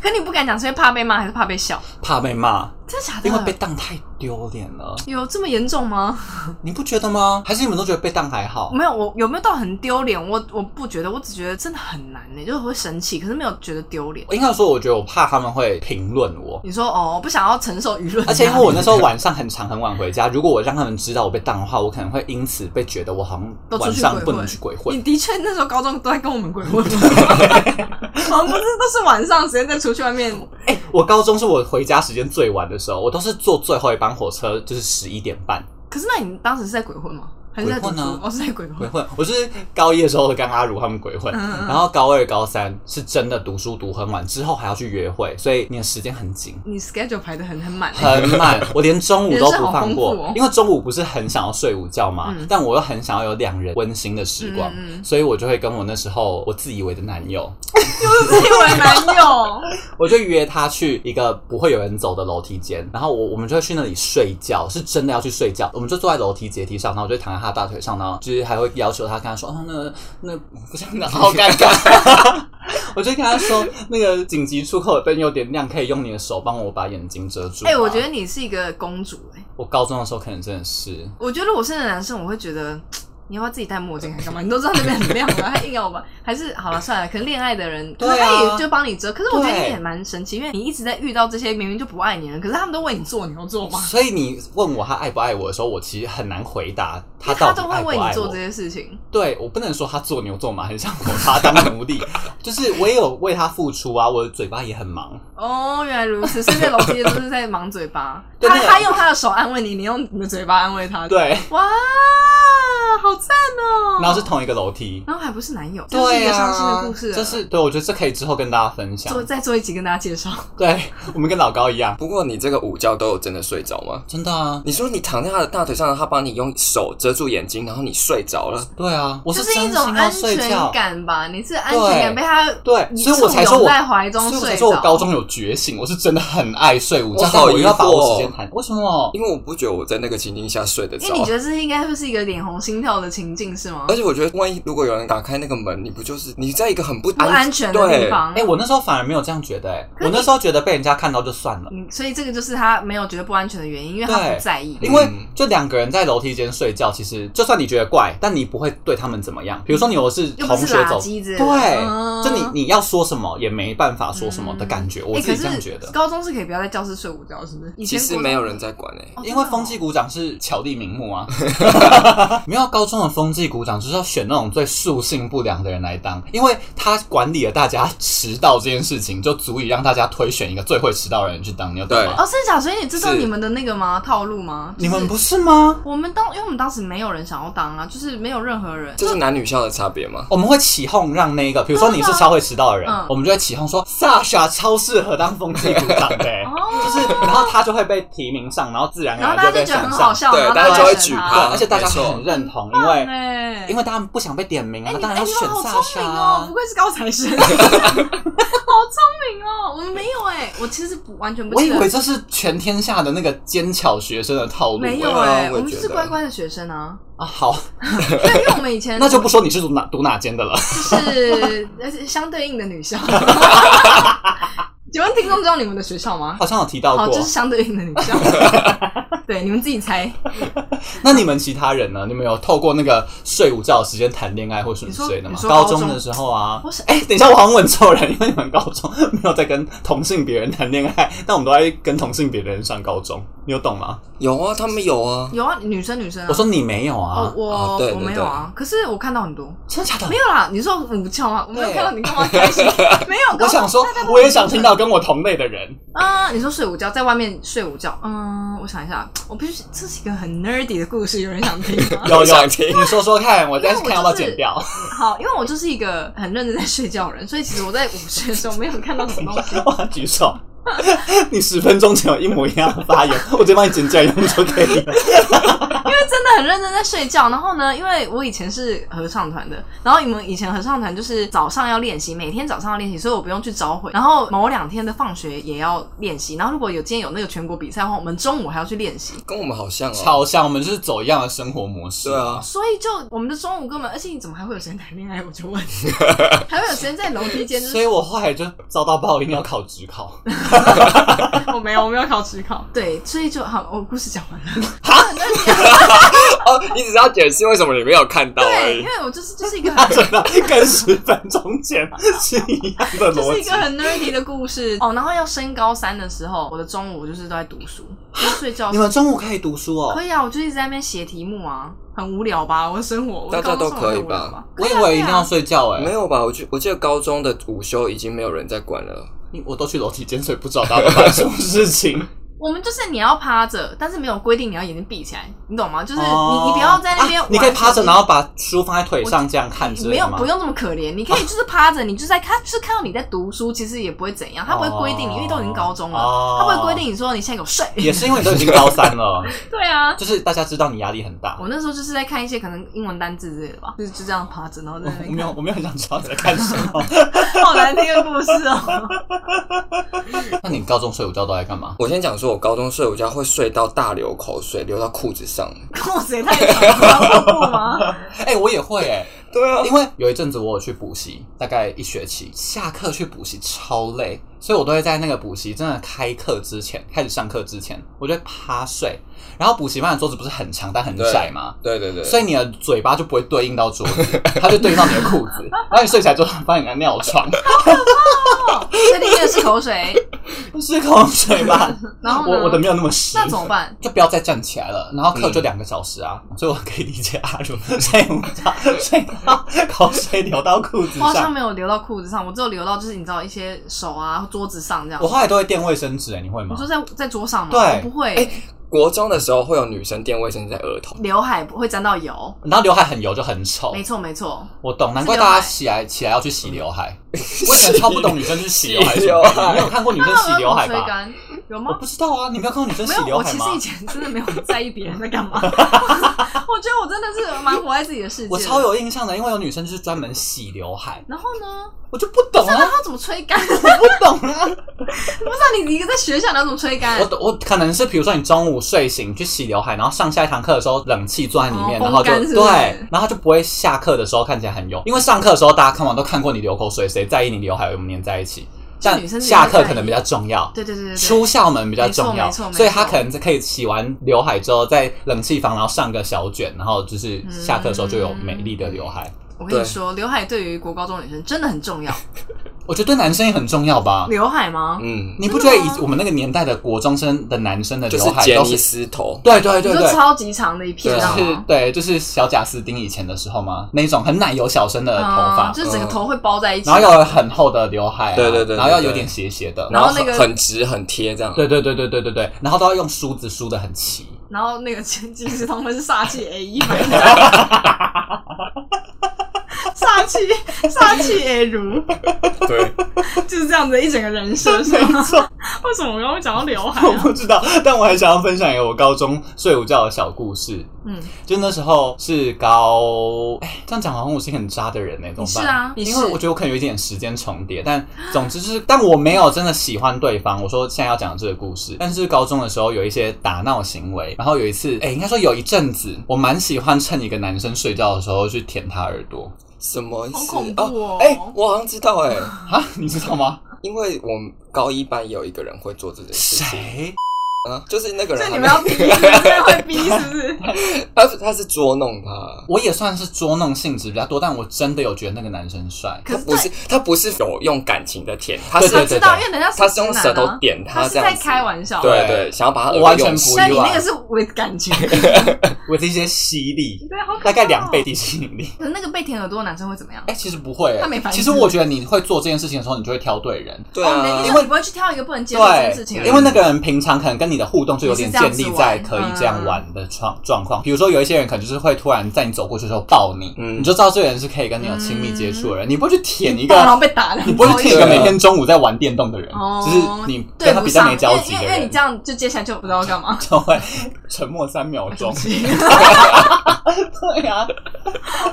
C: 可你不敢讲，是因为怕被骂还是怕被笑？
A: 怕被骂，
C: 真的假的？
A: 因为被当太丢脸了，
C: 有这么严重吗？
A: 你不觉得吗？还是你们都觉得被当还好？
C: 没有，我有没有到很丢脸？我我不觉得，我只觉得真的很难呢、就是会生气，可是没有觉得丢脸
A: 我。应该说，我觉得我怕他们会评论我，
C: 你说哦，我不想要承受舆论压力，
A: 而且因为我那时候晚上很长很晚回家，如果我让他们知道我被当的话，我可能会因此被觉得我好
C: 都
A: 像
C: 出
A: 晚
C: 去
A: 上不
C: 鬼
A: 能
C: 混
A: 去鬼
C: 你
A: 混。
C: 的确那时候高中都在跟我们 鬼混，我们不是都是晚上时间再出去外面，
A: 哎、我高中是我回家时间最晚的时候，我都是坐最后一班火车，就是十一点半
C: 可是那你当时是在鬼混吗？还是在读
A: 鬼
C: 书？
A: 混啊
C: 哦，是在鬼
A: 鬼
C: 混。
A: 混。我是高一的时候跟阿如他们鬼混，
C: 嗯
A: 然后高二、高三是真的读书读很晚，之后还要去约会，所以你的时间很紧。
C: 你 schedule 排的很 很满、 欸，
A: 很慢，我连中午都不放过，
C: 人生好丰富哦
A: 因为中午不是很想要睡午觉嘛，
C: 嗯
A: 但我又很想要有两人温馨的时光，
C: 嗯嗯
A: 所以我就会跟我那时候我自以为的男友，
C: 自以为男 友，
A: 我就约他去一个不会有人走的楼梯间，然后我我们就会去那里睡觉，是真的要去睡觉，我们就坐在楼梯阶梯上，然后我就躺在他的大腿上，然后就是还会要求他跟他说，啊，那个那个我不想讲，好尴尬。我就跟他说，那个紧急出口的灯有点亮，可以用你的手帮我把眼睛遮住啊吗。
C: 哎、我觉得你是一个公主、欸，
A: 我高中的时候可能真的是，
C: 我觉得我是个男生，我会觉得你要不要自己戴墨 镜还干嘛？你都知道那边很亮了，还 硬要吧？还是好了算了，可能恋爱的人，可能
A: 对啊
C: 他也就帮你遮。可是我觉得
A: 对
C: 你也蛮神奇，因为你一直在遇到这些明明就不爱你的人，可是他们都为你做牛做马，
A: 所以你问我他爱不爱我的时候，我其实很难回答
C: 因
A: 他
C: 为他
A: 到底
C: 都
A: 爱
C: 会
A: 不
C: 为你
A: 爱
C: 做
A: 我
C: 这。些事情。
A: 对我不能说他做牛做马，很 像我把他当奴隶， 就是我也有为他付出啊，我的嘴巴也很忙。
C: 哦，原来如此，所以那老爹都是在忙嘴巴，
A: 对
C: 他
A: 那个
C: 他用他的手安慰你，你用你的嘴巴安慰他。，
A: 对，
C: 哇，好赞哦！
A: 然后是同一个楼 梯。
C: 然后还不是男友，这是一
A: 对
C: 个
A: 啊，
C: 伤心的故事了。
A: 这是对，我觉得这可以之后跟大家分享
C: 做。再做一集跟大家介绍。
A: 对 我们跟老高一样，
B: 不过你这个午觉都有真的睡着吗？
A: 真的啊，
B: 你说你躺在他的大腿上，他帮你用手遮住眼睛，然后你睡着了。
A: 对啊，我
C: 就是一
A: 真
C: 种
A: 心要
C: 安
A: 睡
C: 全
A: 觉。
C: 感吧，你是安全
A: 对
C: 感被他
A: 对，
C: 你
A: 所以我才说
C: 簇
A: 我
C: 拥在怀中
A: 所以我才
C: 睡
A: 说我
C: 着。
A: 高中有觉醒，我是真的很爱睡午觉
B: 我，
A: 但
B: 好
A: 我又要把
B: 疑惑哦
A: 握时间谈。为什么？
B: 因为我不觉得我在那个情境下睡得着
C: 因为
B: 啊、
C: 你觉得这应该会是一个脸红心跳的情境是吗
B: 而？且我觉得，万一如果有人打开那个门，你不就是你在一个很不
C: 不安全的地
B: 对
C: 方
A: 哎、，我那时候反而没有这样觉得、哎，我那时候觉得被人家看到就算了，
C: 嗯所以这个就是他没有觉得不安全的原因，因为他
A: 对哎
C: 不在意。
A: 因为就两个人在楼梯间睡觉，其实就算你觉得怪，但你不会对他们怎么样。比如说你我是
C: 又不
A: 同
C: 是
A: 学
C: 垃
A: 走，
C: 圾之类的。
A: 对，
C: 嗯
A: 就你你要说什么也没办法说什么的感觉，我
C: 哎
A: 自
C: 可
A: 己这样觉
C: 是
A: 得。
C: 高中是可以不要在教室睡午觉，是不是？以
B: 其
C: 前
B: 实
C: 国中
B: 没有人在管欸诶、
C: 哦真的哦
A: 因为风纪鼓掌是巧立名目 啊，没有高中的风纪鼓掌就是要选那种最素性不良的人来当，因为他管理了大家迟到这件事情，就足以让大家推选一个最会迟到的人去当，你有懂吗？
C: 哦，真的假的？所以你知道
B: 是
C: 你们的那个吗？套路吗？
A: 你
C: 就是
A: 们不是吗？
C: 我们当，因为我们当时没有人想要当啊，就是没有任何人。
B: 这是男女校的差别吗？
A: 我们会起哄让那个，比如说你是超会迟到的人，
C: 嗯
A: 我们就会起哄说萨莎超适合当风纪鼓掌的、 就是然后他就会被提名上，然后自然
C: 哦然
A: 而
C: 后大家
A: 然
C: 就
A: 被
C: 觉得
A: 选
C: 很好
A: 上，
C: 笑，
B: 对
C: 然后
B: 大家
C: 就
B: 就
C: 会
B: 会
C: 选
B: 举
C: 他
A: 对，
B: 报
A: 而且大家
B: 没错
A: 很认同，因为。
C: 对，
A: 因为他们不想被点名
C: 哎，
A: 啊，
C: 你
A: 当然
C: 哎
A: 要
C: 你们
A: 选
C: 好
A: 萨
C: 聪
A: 莎
C: 明
A: 啊
C: 哦，不愧是高 材生，好聪明哦。我们没有哎，我其实不完全不
A: 我
C: 记
A: 以
C: 得，
A: 为这是全天下的那个奸巧学生的套路、
C: 没有
A: 哎
C: 哎，
B: 我也
C: 我们
B: 觉
C: 是
B: 得
C: 乖乖的学生啊。
A: 啊，好，
C: 对，因为我们以前
A: 那就不说你是读哪读哪间的了。
C: 就是呃相对应的女校。请问听众知道你们的学校吗？
A: 好像有提到过，
C: 好，哦就是相对应的女 校。 对，你们自己猜。
A: 那你们其他人呢？你们有透过那个睡午觉的时间谈恋爱或什么
C: 你
A: 之
C: 说
A: 类的吗
C: 你？说
A: 高
C: 高中
A: 中的时候啊
C: 我是，
A: 哎、等一下，我好像问错人，因为你们高中没有在跟同性别人谈恋爱，但我们都在跟同性别的人上高中，你有懂吗？
B: 有啊，他们有啊。
C: 有啊，女生女生啊。
A: 我说你没有啊，
C: 哦，我
B: 啊对
C: 我
B: 对
C: 没有啊，可是我看到很多。
A: 真的假的
C: 没？有啦，你说午觉吗？我没有
A: 对
C: 看到你干嘛 开心？没有，
A: 我想说
C: 大家，都
A: 我也想听到跟我同类的人。？
C: 啊、你说睡午觉，在外面睡午觉，嗯，我想一下，我必须这是一个很 nerdy 的故事，有人想听吗
A: 有
B: 我
A: 有，
B: 想听
A: 你说说看，我再
C: 因为我
A: 看要不要
C: 就是
A: 剪 掉。
C: 好，因为我就是一个很认真在睡觉的人，所以其实我在午睡的时候没有看到什么东西。
A: 哇，举手！ 你十分钟前有一模一样的发言，我直接帮你剪起来用就可以了。
C: 真的很认真在睡觉。然后呢，因为我以前是合唱团的，然后你们以前合唱团就是早上要练习，每天早上要练习，所以我不用去早会。然后某两天的放学也要练习。然后如果有今天有那个全国比赛的话，我们中午还要去练习。
B: 跟我们好像哦。
A: 超像，我们就是走一样的生活模式。
B: 对啊，
C: 所以就我们的中午根本，而且你 怎么还会有时间谈恋爱？我就问，还会有时间在楼梯间？就
A: 所以
C: 是
A: 我后来就遭到报应，要考职考。
C: 我哦没有，我没有考职考。 对，所以就好，我故事讲完了。
B: 哦，你只是要解释为什么你没有看到而
C: 对，
B: 已
C: 因。为我就是就是一个
A: 他
C: 很
A: 真的跟十分钟前是一样的
C: 就
A: 逻
C: 是一
A: 辑
C: 个。很 nerdy 的故事哦。然后要升高三的时候，我的中午就是都在读书，就是睡觉
A: 你。们中午可以读书
C: 可
A: 哦？
C: 以啊，我就一直在那边写题目啊，很无聊吧？我的生活，我
B: 大
C: 的
B: 家
C: 高中
B: 都
C: 生活
B: 可以
C: 很无聊
B: 吧
C: 吧？
A: 我以
C: 可以啊
A: 为一定要睡觉哎、
B: 没有吧？我记我记得高中的午休已经没有人在管了。
A: 我都去楼梯间，所以不知道大家都发生什么事情。
C: 我们就是你要趴着，但是没有规定你要眼睛闭起来，你懂吗？ 就是你、
A: 哦
C: 你不要在那边、
A: 啊你可以趴着，然后。把书放在腿上这样看之
C: 没
A: 类
C: 有
A: 的，吗？
C: 不用这么可怜。你可以就是趴着，你就在看，就是看到你在读书，其实也不会怎样。他不会规定你，
A: 哦
C: 因为都已经高中了，
A: 哦
C: 他不会规定你说你现在给我睡。
A: 也是因为你都已经高三了，
C: 对啊，
A: 就是大家知道你压力很大。
C: 我那时候就是在看一些可能英文单字之类的吧，就是就这样趴着，然后在那
A: 我哦
C: 边
A: 没有，
C: 看。
A: 我没有很想知道你在看什么。
C: 好难听的故事哦。
A: 那你高中睡午觉都在干嘛？
B: 我先讲说，我高中睡午觉会睡到大流口水，流到裤子上。
C: 裤子也太长了，要瀑布吗？
A: 哎、我也会哎、
B: 对啊，
A: 因为有一阵子我有去补习，大概一学期，下课去补习超累，所以我都会在那个补习真的开课之前，开始上课之前，我就会趴睡。然后补习班的桌子不是很长但很窄吗？
B: 对对对，
A: 所以你的嘴巴就不会对应到桌子， 它就对应到你的裤子，然后你睡起来就发现你在尿床，
C: 确定的是口水，
A: 是口水吧？
C: 然后呢
A: 我我的没有那么湿，
C: 那怎么办？
A: 就不要再站起来了，然后
B: 嗯
A: 课就两个小时啊，所以我可以理解阿如 睡午觉 睡到口水流到裤子
C: 我好像
A: 上。
C: 没有流到裤子上，我只有流到就是你知道一些手啊、桌子上这样
A: 我。后来都会垫卫生纸、欸，你会吗
C: 你？说在在桌上吗？
A: 对哎
C: 我不会，
B: 国中的时候会有女生垫卫生纸在额头，
C: 刘海不会沾到油。
A: 然后刘海很油就很丑
C: 没，错没错，
A: 我懂，难
C: 是
A: 怪
C: 刘
A: 大家
C: 海嗯
A: 起来起来要去洗刘海。 我以前超不懂女生去洗刘海是什么
B: 洗
A: 意
B: 刘
A: 思，
B: 海
A: 你没有看过女生洗刘 海
C: 吹
A: 吧？
C: 干有
A: 我
C: 吗？
A: 不知道啊，你没有看过女生
C: 没
A: 洗
C: 有，
A: 刘
C: 我
A: 海
C: 其
A: 吗
C: 实？以前真的没有在意别人在 干嘛，我觉得我真的是蛮活在自己的世界。
A: 我超。有印象的，因为有女生就是专门洗刘海，
C: 然后呢？
A: 我就不懂
C: 那
A: 啊，
C: 他怎么吹干？
A: 我不懂啊。
C: 不是啊你，你一个在学校，你要怎么吹干？
A: 我我可能是比如说你中午睡醒去洗刘海，然后上下一堂课的时候冷气坐在里面，
C: 哦
A: 然后就
C: 风干是不是
A: 对，然后它就不会下课的时候看起来很油，因为上课的时候大家看完都看过你流口水，谁在意你刘海有没有粘在一起？
C: 就
A: 但
C: 女生自己
A: 下课
C: 会在
A: 可能
C: 意
A: 比较重要。
C: 对对对对对，
A: 出校门比较重要，
C: 没错没错没错
A: 所以他可能可以洗完刘海之后，在冷气房然后上个小卷，然后就是
C: 嗯
A: 下课的时候就有美丽的刘海。
C: 我跟你
B: 对
C: 说，刘海对于国高中女生真的很重要。
A: 我觉得对男生也很重要吧？
C: 刘海吗？
B: 嗯，
A: 你不觉得以
C: 真的吗
A: 我们那个年代的国中生的男生的
B: 就
A: 刘
B: 是
A: 海
B: 杰
A: 都
B: 尼
A: 是？
B: 斯头，
A: 对对
C: 你
A: 对
C: 说
A: 对。
C: 超级长的一片，
B: 对
C: 知
B: 啊
C: 道
A: 是
C: 吗？
A: 对，就是小贾斯汀以前的时候嘛，那一种很奶油小生的头发，
C: 嗯就是整个头会包在一起。
A: 然后要有很厚的刘海、啊，
B: 对对对对
A: 然后要有点斜斜的，
C: 然
B: 然
C: 后
B: 后
C: 那个
B: 很很直很贴这样。
A: 对对对对对对对，然后都要用梳子梳的很齐，
C: 然后那个金金石堂会是煞气 A 一版，煞气煞气 A 如，
B: 对，
C: 就是这样子一整个人设是吗？为什么我刚刚讲到刘 海
A: 我
C: 啊？
A: 不知道，但我还想要分享一个我高中睡午觉的小故事。
C: 嗯，
A: 就那时候是高，哎，这样讲好像我是一个很渣的人欸呢、怎么办？
C: 是啊你是
A: 因为我觉得我可能有一点时间重叠，但总之就是，但我没有真的喜欢对方。我说现在要讲的这个故事，但是高中的时候有一些打闹行为，然后有一次，哎，应该说有一阵子，我蛮喜欢趁一个男生睡觉的时候去舔他耳朵
B: 什么意思？
C: 好恐怖哦
B: 哎、我好像知道哎、
A: 啊，你知道吗？
B: 因为我们高一班也有一个人会做这件事情，
A: 谁？
B: 啊，就是那个
C: 所
B: 人
C: 以
B: 他
C: 你
B: 们，
C: 们要逼是不是？会逼是不是？
B: 他他是捉弄他，
A: 我也算是捉弄性质比较多，但我真的有觉得那个男生帅。
C: 可
B: 他
C: 是
B: 不是他不是有用感情的舔，他是
A: 啊对
C: 我
A: 对
C: 知道，因为人家
B: 他
C: 是
B: 是用
C: 直男啊
B: 舌头点
C: 他是
B: 这
C: 在
B: 样子，
C: 开玩笑。
B: 对
A: 对
B: 对，想要把他
A: 我
B: 耳朵
A: 完
B: 用
A: 全
B: 湿
A: 不
C: 但
A: 意
C: 你那
A: 外
C: 个，是伪 感情，
A: 我的一些吸力，
C: 对，好可怕哦
A: 大概两倍。地吸引力。
C: 可是那个被舔耳朵的男生会怎么样？
A: 哎、其实不会、欸，
C: 他没反应
A: 其实我觉得你会做这件事情的时候，你就会挑对人。
B: 对
C: 哦，你的
B: 啊
C: 意思，是你不会去挑一个不能接受这件事情的啊哦
A: 对，
C: 人
A: 因为那个人平常可能跟你的互动就有点建立在可以这样玩的
C: 嗯
A: 状状况。比如说有一些人可能就是会突然在你走过去的时候抱你，
B: 嗯
A: 你就知道这个人是可以跟你有亲密接触的
C: 嗯
A: 人，你不会去舔 一
C: 抱然后
A: 个，
C: 被打了，
A: 你不会去舔一个
B: 对啊
A: 每天中午在玩电动的人，
C: 哦
A: 就是你
C: 对
A: 跟
C: 不
A: 他比较
C: 上，
A: 没
C: 因
A: 交
C: 为
A: 集
C: 因
A: 的
C: 为因为你
A: 人。
C: 这。样就接下来就不知道干嘛
A: 就会沉默三秒钟。对啊，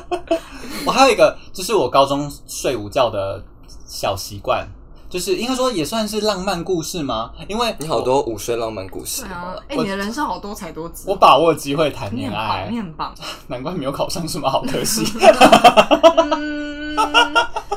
A: 我还有一个，就是我高中睡午觉的小习惯，就是应该说也算是浪漫故事吗？因为
B: 你好多午睡浪漫故事哦
C: 对，啊，哎、
A: 我
C: 你的人生好多才多姿，
A: 我把握机会谈
C: 你
A: 恋
C: 很棒，
A: 爱
C: 你，很 棒。
A: 难怪没有考上，什么好可 惜。
C: 嗯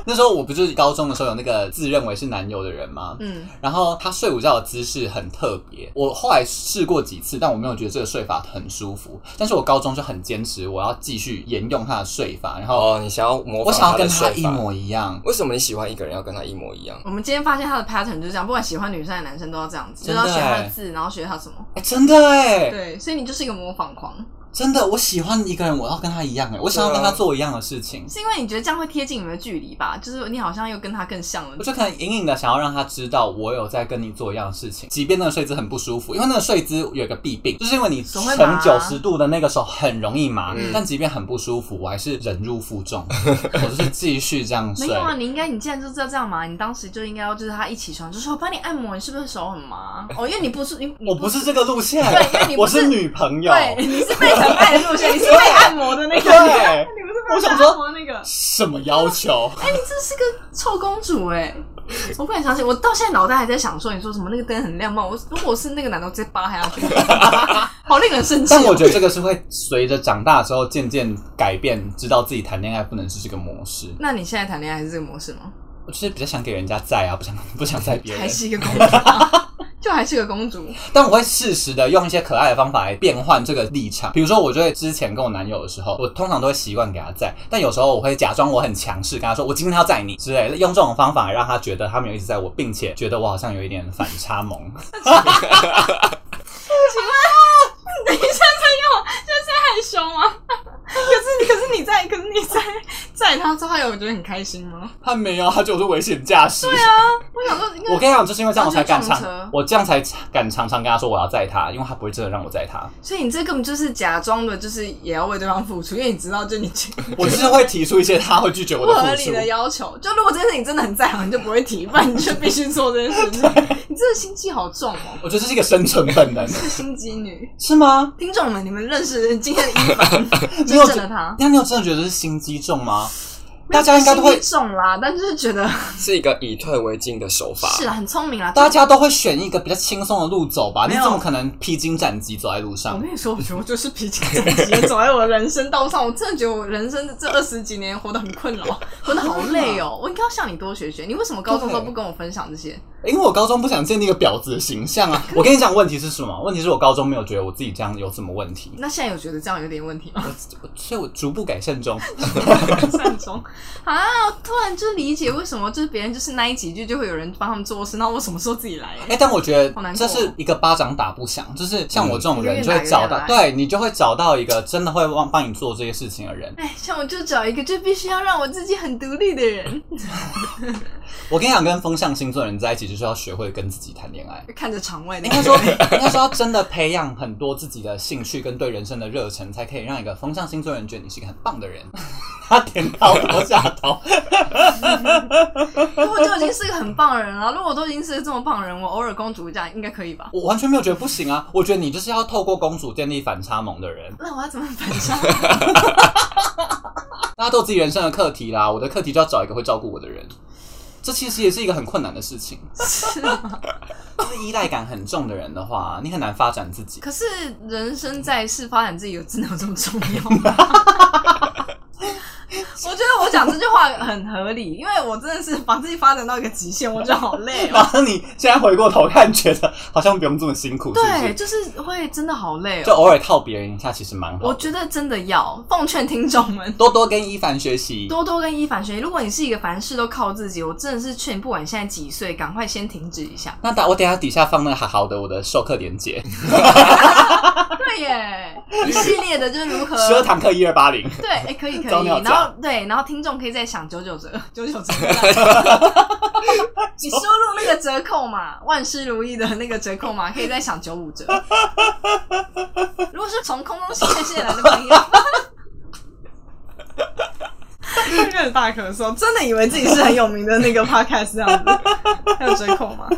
A: 那时候我不就是高中的时候有那个自认为是男友的人吗？
C: 嗯，
A: 然后他睡午觉的姿势很特别，我后来试过几次，但我没有觉得这个睡法很舒服。但是我高中就很坚持，我要继续沿用他的睡法，然后
B: 哦，你想要模
A: 我
B: 仿
A: 想要
B: 他
A: 跟
B: 的
A: 他
B: 睡
A: 一
B: 法，
A: 模一样。
B: 为什么你喜欢一个人要跟他一模一样？
C: 我们今天发现他的 pattern 就是这样，不管喜欢女生还是男生都要这样子，就
A: 真的
C: 是要学他的
A: 欸
C: 字，然后学他什么。
A: 哎、真的哎、
C: 对，所以你就是一个模仿狂，
A: 真的，我喜欢一个人，我要跟他一样哎、
C: 啊
A: 我想要跟他做一样的事情。
C: 是因为你觉得这样会贴近你们的距离吧？就是你好像又跟他更像了
A: 我。就可能隐隐的想要让他知道我有在跟你做一样的事情，即便那个睡姿很不舒服，因为那个睡姿有一个弊病，就是因为你
C: 手会
A: 呈
C: 麻
A: 九十度的那个手很容易麻，
B: 嗯
A: 但即便很不舒服，我还是忍辱负重， 我就是继续这样
C: 没
A: 睡
C: 有。啊，你应该，你既然就知道这样嘛，你当时就应该要，就是他一起床就说我帮你按摩，你是不是手很麻？哦，因为你不是你，你
A: 我不是这个路线
C: 对因为你，不
A: 我
C: 是
A: 是女朋友。
C: 对，你是被疼爱的路线，你是被按摩的那个，
A: 对，
C: 你不是
A: 我
C: 被
A: 想
C: 按
A: 说
C: 摩那个。
A: 什么要求？
C: 哎、你真是个臭公主哎、我不敢相信，我到现在脑袋还在想说，你说什么那个灯很亮吗？我如果我是那个男的，我直接扒他 下去，好令人生气、哦。
A: 但我觉得这个是会随着长大之后渐渐改变，知道自己谈恋爱不能是这个模式。
C: 那你现在谈恋爱还是这个模式吗？
A: 我就是比较想给人家在啊，不想不想在别
C: 还
A: 人。
C: 是一个公主 啊、就还是个公主。
A: 但我会适时的用一些可爱的方法来变换这个立场。比如说，我就会之前跟我男友的时候，我通常都会习惯给他在，但有时候我会假装我很强势，跟他说我今天要载你之类的，用这种方法让他觉得他没有一直在我，并且觉得我好像有一点反差萌。
C: 等一下，这样我就是害羞吗？ 可是，可是你在，可是你在在他之后，他有觉得很开心吗？
A: 他没有，他就是危险驾驶。对
C: 啊，我想说，应该
A: 我跟你讲，就是因为这样我才敢
C: 他就撞车
A: 常，我这样才敢常常跟他说我要载他，因为他不会真的让我载 他。
C: 所以你这根本就是假装的，就是也要为对方付出，因为你知道，就你
A: 我就是会提出一些他会拒绝我
C: 不
A: 的
C: 合
A: 付
C: 理
A: 出。
C: 的要求。就如果这件事情真的很在行，你就不会提，不然你就必须做这件事 情。你真的心机好重哦，
A: 我觉得这是一个生存本 能，
C: 是心机女。
A: 是吗？
C: 听众们，你们认识今天的伊凡，
A: 你
C: 真
A: 有
C: 正的他，
A: 那你有真的觉得是心机重吗？大家应该都会
C: 心机重啦，但就是觉得
B: 是一个以退为进的手法。
C: 是啊，很聪明啦。
A: 大家都会选一个比较轻松的路走吧？
C: 没
A: 你
C: 有
A: 怎么可能披荆斩棘走在路
C: 我
A: 上？
C: 跟你哦说，我觉得我就是脾气整洁，走在我的人生道路上，我真的觉得我人生这二十几年活得很困扰，活得好累 哦。我应该要向你多学学，你为什么高中都不跟我分享这些？
A: 因为我高中不想建立一个婊子的形象 啊！我跟你讲，问题是什么？问题是我高中没有觉得我自己这样有什么问题，
C: 那现在有觉得这样有点问题吗？
A: 我所以我逐步改善 中。
C: 善终啊！我突然就理解为什么就是别人就是那一几句就会有人帮他们做事，那我什么时候自己来？
A: 哎、但我觉
C: 好难
A: 得
C: 过啊
A: 这是一个巴掌打不响，就是像我这种人
C: 嗯
A: 就会找到，
C: 越打越
A: 对你就会找到一个真的会帮帮你做这些事情的人。
C: 哎，像我就找一个就必须要让我自己很独立的人，
A: 我跟你讲，跟风象星座的人在一起，就是要学会跟自己谈恋爱。
C: 看着场外那
A: 应
C: 个
A: 该说，应该说要真的培养很多自己的兴趣跟对人生的热忱，才可以让一个风象星座人觉得你是一个很棒的人。他点到头下头，
C: 如果就已经是个很棒的人了，如果我都已经是个这么棒的人，我偶尔公主一下应该可以吧？
A: 我完全没有觉得不行啊！我觉得你就是要透过公主建立反差萌的人，
C: 那我要怎么 反杀？
A: 大家都有自己人生的课题啦。我的课题就要找一个会照顾我的人，这其实也是一个很困难的事情。
C: 是啊
A: 就是依赖感很重的人的话，你很难发展自己。
C: 可是人生在世，发展自己有真的有这么重要吗？ 我觉得我讲这句话很合理，因为我真的是把自己发展到一个极限，我觉得好累哦
A: 然。后你现在回过头看，觉得好像不用这么辛苦，是不
C: 对，
A: 是？
C: 就是会真的好累
A: 就
C: 哦。
A: 偶尔靠别人一下，其实蛮好
C: 我
A: 的。
C: 觉得真的要奉劝听众们。
A: 多多跟一凡学习，
C: 多多跟一凡学习。如果你是一个凡事都靠自己，我真的是劝你，不管你现在几岁，赶快先停止 一下。
A: 那打我等一下底下放那个好好的我的授课链 接，
C: 对耶，一系列的就是如何
A: 十二堂课一二八零。
C: 对，哎、可以可
A: 早
C: 以，
A: 鸟
C: 然
A: 价
C: 后对，然后听众可以再想九 九折，九九折，你输入那个折扣码，万事如意的那个折扣码，可以再想九五折。如果是从空中新干线来的朋友。开始大咳嗽，真的以为自己是很有名的那个 podcast 这样子，还有折扣吗？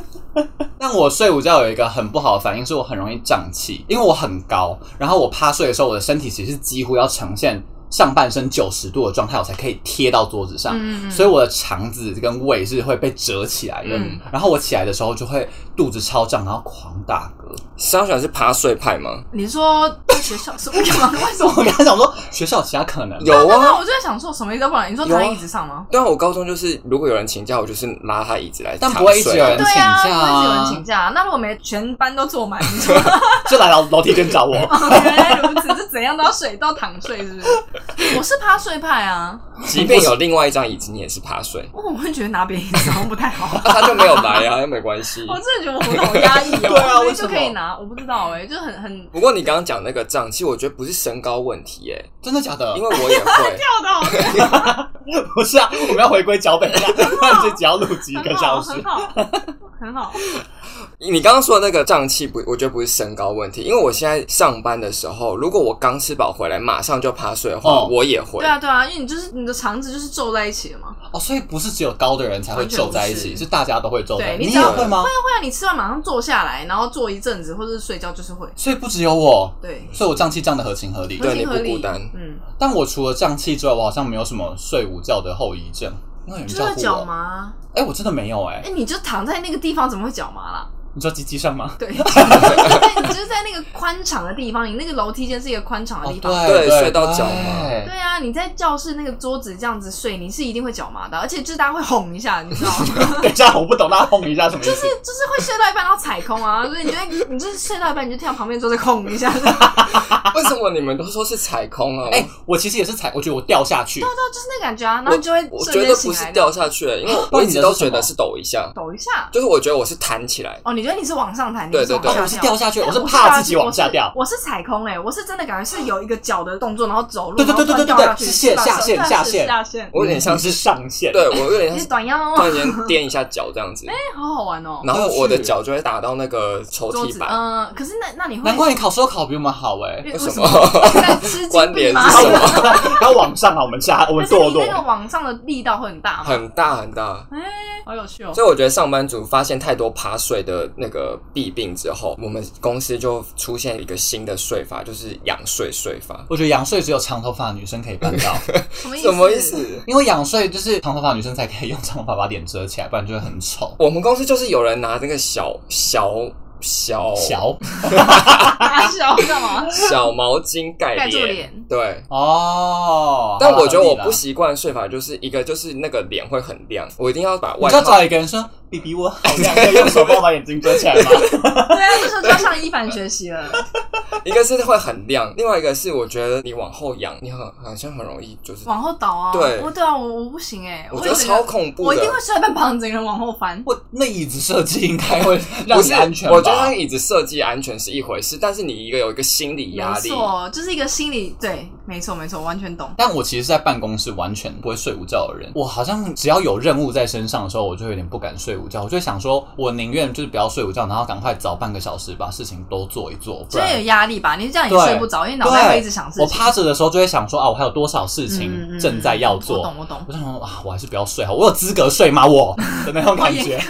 A: 但我睡午觉有一个很不好的反应，是我很容易胀气，因为我很高，然后我趴睡的时候，我的身体其实几乎要呈现上半身九十度的状态，我才可以贴到桌子上，
C: 嗯
A: 所以我的肠子跟胃是会被折起来的。
C: 嗯
A: 然后我起来的时候就会肚子超胀，然后狂打嗝。
B: 香雪是趴睡派吗？
C: 你说学校什么干嘛？为什
A: 所以
C: 么？
A: 我刚才想说，学校有其他可能
B: 有
C: 那
B: 啊，
C: 我就在想说什么意思？不然你说躺在椅子上吗？
B: 对啊，我高中就是如果有人请假，我就是拉他椅子来
A: 但
B: 躺
A: 不会一直
B: 睡
A: 有
B: 啊
A: 人
C: 对
A: 请
C: 啊，
A: 假
C: 会有人
A: 啊
C: 请，假。那如果没全班都坐满，你说 哦
A: 就来楼楼梯间找我。
C: 原来如此，是怎样都要睡，都要躺睡，是不是？我是趴睡派啊，
B: 即便有另外一张椅子，你也是趴睡，
C: 我我会觉得拿别人椅子好像不太好。
B: 那他就没有来啊，又没关 系。
C: 我真的觉得我活得好压抑哦，
A: 对啊
C: 我明明
A: 为什
C: 就
A: 么
C: 可以拿，我不知道哎、就很很
B: 不过你刚刚讲那个胀气，我觉得不是身高问题耶，
A: 真的假的？
B: 因为我也会
C: 跳的好，
A: 不是啊，我们要回归脚本，那这只要录几个
C: 很
A: 小
C: 好，
A: 时
C: 很。好，很好。
B: 你刚刚说的那个胀气不，我觉得不是身高问题，因为我现在上班的时候，如果我刚吃饱回来马上就趴睡的话，
A: 哦
B: 我也会。
C: 对啊，对啊，因为你就是你的肠子就是皱在一起了嘛。
A: 哦，所以不是只有高的人才会皱在一
C: 完全
A: 起，
C: 不
A: 是大家都会皱在。
C: 对
A: 你
C: 你
A: 也
C: 只要
A: 会吗？
C: 会啊，你吃完马上坐下来，然后坐一阵子，或者是睡觉，就是会。
A: 所以不只有我，
C: 对，
A: 所以我胀气胀得合情合
C: 嗯
A: 理。
B: 对
C: 合情合
B: 你不
C: 理
B: 孤单
C: 嗯，
A: 但我除了胀气之外，我好像没有什么睡午觉的后遗症。那有人
C: 就是
A: 照
C: 会
A: 顾
C: 脚
A: 我？
C: 麻。
A: 哎、我真的没有哎、
C: 哎、你就躺在那个地方，怎么会脚麻啦？
A: 你说机器上吗？
C: 对， 对，你就是在那个宽敞的地方，你那个楼梯间是一个宽敞的
A: 哦
C: 地，方。
A: 对
B: 对睡到脚嘛
A: 对
C: 对啊，你在教室那个桌子这样子睡，你是一定会脚麻的，而且就是大家会哄一下，你知道 吗？
A: 等一下，我不懂，大家碰一下什么意
C: 啊就是
A: 思？
C: 就是会睡到一半然后踩空啊，所以你就会你就是睡到一半你就跳旁边桌子 空一下，对啊，
B: 为什么你们都说是踩空啊？
A: 哎、我其实也是踩，我觉得我掉下去，
C: 就是那感觉啊，然
B: 我
C: 后你就会
B: 我
C: 瞬
B: 觉
C: 间
B: 得
C: 醒
B: 不是
C: 来，
B: 掉下去，因为我
A: 那哦
B: 一
A: 你的
B: 直都
A: 是什
B: 觉得
A: 么
B: 是抖一下，
C: 抖一下。
B: 就是我觉得我是弹起来，
C: 哦，你觉得你是往上弹，你
B: 对
C: 不是
B: 对
C: 往
B: 对
C: 下
A: 我哦是掉
C: 跳。
A: 下去，我是
C: 我
A: 怕自己往下掉。
C: 我是我是踩空哎、我是真的感觉是有一个脚的动作，然后走路，
A: 对对对
C: 然后
A: 对对对
C: 突然掉下去
A: 是线
C: 是吧
A: 下线
C: 对是
A: 下线
C: 下线，
B: 我有点像
A: 你是上线，
B: 对我有点
C: 你是
B: 像
C: 短腰
B: 突然
C: 哦，
B: 间踮一下脚这样子，
C: 哎、好好玩哦，
B: 然后我的脚就会打到那个抽
C: 桌
B: 屉
C: 子，
B: 板。
C: 嗯、可是那那你会
A: 难怪你考试都考比我们好哎、
C: 为
B: 为
C: 什
B: 什
C: 么
B: 么？
C: 在吃鸡
B: 关联
C: 吗？
B: 是 什么？
A: 然后往上啊，我们 下我们
C: 但是你
A: 堕落
C: 那。个往上的力道会很大吗？
B: 很大很大，
C: 哎、好有趣哦。
B: 所以我觉得上班族发现太多趴睡的那个弊病之后，我们公司就出现一个新的睡法，就是仰睡睡法。
A: 我觉得仰睡只有长头发的女生可以办 到，
C: 什么意思？
B: 什么意？思？
A: 因为仰睡就是长头发的女生才可以用长头发把脸遮起来，不然就会很丑。
B: 我们公司就是有人拿那个小小小
A: 小
C: 大笑干嘛？
B: 小毛巾盖
C: 盖住
B: 脸，
C: 脸。
B: 对。
A: 哦，
B: 但我觉得我
A: 好啦
B: 不。习惯睡法，就是一个就是那个脸会很亮，我一定要把
A: 合理啦你
B: 外
A: 就要
B: 套
A: 找一个人说比比我好亮，可以用手帮我把眼睛遮起来吗？
C: 对啊，这时候就要向一凡学习了。
B: 一个是会很亮，另外一个是我觉得你往后仰，你很好像很容易就是，
C: 往后倒啊！
B: 对
C: 我对啊，我我不行哎、
B: 我
C: 我
B: 觉得
C: 有点
B: 超恐怖的。
C: 我一定会摔一半，把整个人往后 翻。
A: 我那椅子设计应该会让
B: 不
A: 你
B: 是
A: 安全吧？
B: 我觉得那个椅子设计安全是一回事，但是你一个有一个心理
C: 没
B: 压力，
C: 错，就是一个心理对，没错没错，完全懂。
A: 但我其实，在办公室完全不会睡午觉的人。我好像只要有任务在身上的时候，我就有点不敢睡午觉。我就会想说，我宁愿就是不要睡午觉，然后赶快早半个小时把事情都做一做，不
C: 所以有
A: 然。
C: 压力吧？你是这样也
A: 对
C: 睡不着，因为脑袋会一直想
A: 对，
C: 事情。
A: 我趴着的时候就会想说啊，我还有多少事
C: 嗯
A: 情
C: 嗯
A: 正在要
C: 我
A: 做。
C: 懂我懂。
A: 我就想说啊，我还是不要睡好，我有资格睡吗？ 我的那种感觉。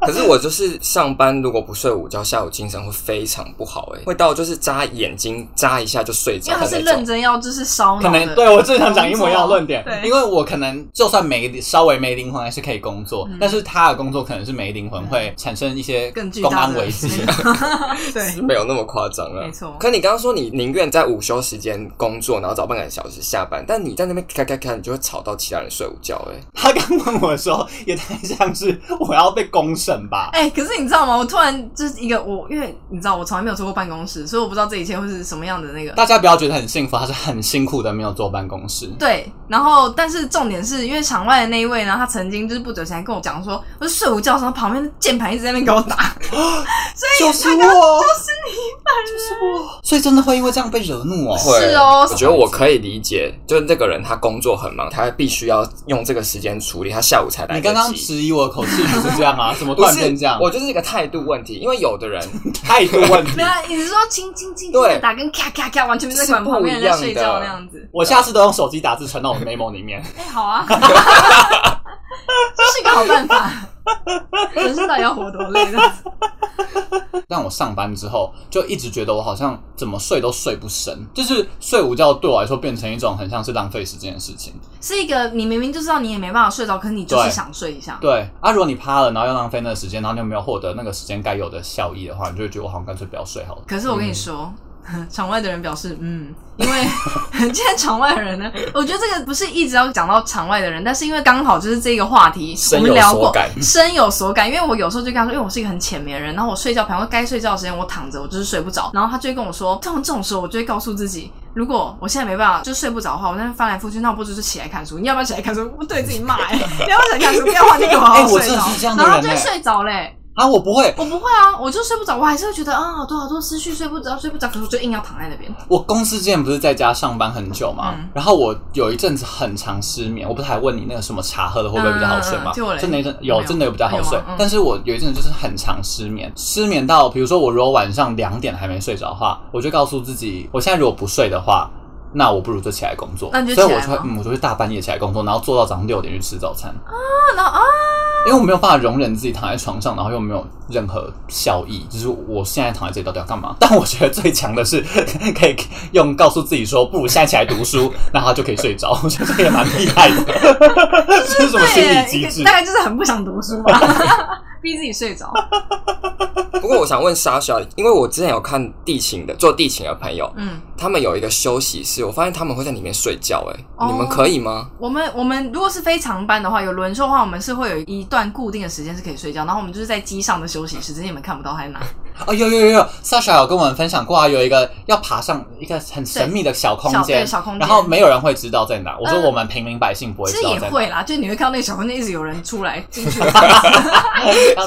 B: 可是我就是上班，如果不睡午觉，下午精神会非常不好、欸，会到就是眨眼睛眨一下就睡
C: 因
B: 着
C: 为他
B: 的
C: 是
B: 那
C: 认
B: 种。
C: 真要就是烧
A: 可
C: 脑的，
A: 能对我正想讲一模一样的论点
C: 工作，对
A: 因为我可能就算没稍微没灵魂还是可以工作，但是他的工作可能是没灵魂，会产生一些
C: 嗯更巨
A: 公
C: 大
A: 安
C: 的
A: 危机。
B: 啊
C: 对，
B: 没有那么夸张啊，
C: 没错
B: 可你刚刚说你宁愿在午休时间工作，然后早半个小时下班，但你在那边咔咔咔，你就会吵到其他人睡午觉、欸，
A: 他刚问我的时候，也太像是我要被公审吧？
C: 哎、可是你知道吗？我突然就是一个我，因为你知道我从来没有坐过办公室，所以我不知道这一切会是什么样的那个。
A: 大家不要觉得很幸福，他是很辛苦的，没有坐办公室。
C: 对，然后但是重点是因为场外的那一位呢，他曾经就是不久前还跟我讲说，我就睡午觉的时候旁边的键盘一直在那边给我打，
A: 就是我，就是你本人，就是我。所以真的会因为这样被惹怒哦。
B: 会
C: 是哦
B: 我觉得我可以理解，就是这个人他工作很忙，他必须要用这个时间处理，他下午才来得及。
A: 你刚刚质疑我的口气不是这样 啊？怎么突
B: 不
A: 然
B: 是
A: 变这样？
B: 我就是一个态度问题，因为有的人
A: 态度问题
C: 没。有，你是说轻轻轻轻
B: 对
C: 的打跟咔咔咔，完全没在管
B: 是不
C: 旁边人在睡
B: 一样
C: 觉
B: 的
C: 那样子。
A: 我下次都用手机打字传到我的 memo 里面。
C: 哎、好啊，这是一个好办法。人生到底要活多累？这 样子
A: 但我上班之后，就一直觉得我好像怎么睡都睡不深，就是睡午觉对我来说变成一种很像是浪费时间的事情。
C: 是一个你明明就知道你也没办法睡着，可是你就是
A: 对
C: 想睡一下。
A: 对啊，如果你趴了，然后又浪费那个时间，然后你又没有获得那个时间该有的效益的话，你就会觉得我好像干脆不要睡好了。
C: 可是我跟你说， 场外的人表示，嗯，因为 现在场外的人呢， 我觉得这个不是一直要讲到场外的人，但是因为刚好就是这个话题，我
B: 深有
C: 们聊
B: 所
C: 过，
B: 感
C: 深有所感。因为我有时候就跟他说，因为我是一个很浅眠的人，然后我睡觉，比方说该睡觉的时间我躺着，我就是睡不着，然后他就会跟我说，通常这种时候我就会告诉自己。如果我现在没办法，就睡不着的话，我在那翻来覆去，那我不如就是起来看书？你要不要起来看书？我对自己骂、欸，不要起来看书，不要换那个，我 好
A: 哎
C: 好
A: 我
C: 睡
A: 真的
C: 着
A: 是这，样
C: 然
A: 的
C: 后
A: 人
C: 就会
A: 欸
C: 睡着嘞、
A: 啊，我不会，
C: 我不会啊，我就睡不着，我还是会觉得啊，好多好多思绪睡不着，睡不着，可是我就硬要躺在那
D: 啊
C: 边。
A: 我公司之前不是在家上班很久嘛，
C: 嗯
A: 然后我有一阵子很常失眠，我不是还问你那个什么茶喝的会不会比较好睡
C: 嗯嗯
A: 吗？
C: 嗯就我嘞
A: 就那一阵
C: 有
A: 有真的有比较好睡
C: 有吗，嗯
A: 但是我有一阵子就是很常失眠，失眠到比如说我如果晚上两点还没睡着的话，我就告诉自己，我现在如果不睡的话。那我不如就起来工作。
C: 那你就
A: 所以
C: 起
A: 我
C: 来
A: 就会
C: 吗
A: 嗯，我就会大半夜起来工作，然后做到早上六点去吃早餐，
C: 啊，那啊，
A: 因为我没有办法容忍自己躺在床上，然后又没有任何效益。就是我现在躺在这里到底要干嘛？ 但我觉得最强的是可以用告诉自己说，不如现在起来读书，那他就可以睡着。我觉得这个也蛮厉害的， 这是什么心理机
D: 对
A: 制
D: 大？概就是很不想读书吧， 逼自己睡着。
B: 不过我想问莎莎，因为我之前有看地勤的做地勤的朋友，
C: 嗯，
B: 他们有一个休息室，我发现他们会在里面睡觉、欸，
C: 哦
B: 你们可以吗？
C: 我们我们如果是非常班的话，有轮休的话，我们是会有一段固定的时间是可以睡觉，然后我们就是在机上的休息室，只是你们看不到它在哪。
A: 哦，有有有有，Sasha 有跟我们分享过啊，有一个要爬上一个很神秘的小空
C: 小
A: 间，
C: 对小空间
A: 然后没有人会知道在哪。我说
C: 嗯
A: 我们平民百姓不会
C: 其
A: 知
C: 实
A: 道
C: 也
A: 在哪，
C: 会啦，就你会看到那个小空间一直有人出来 进去。啊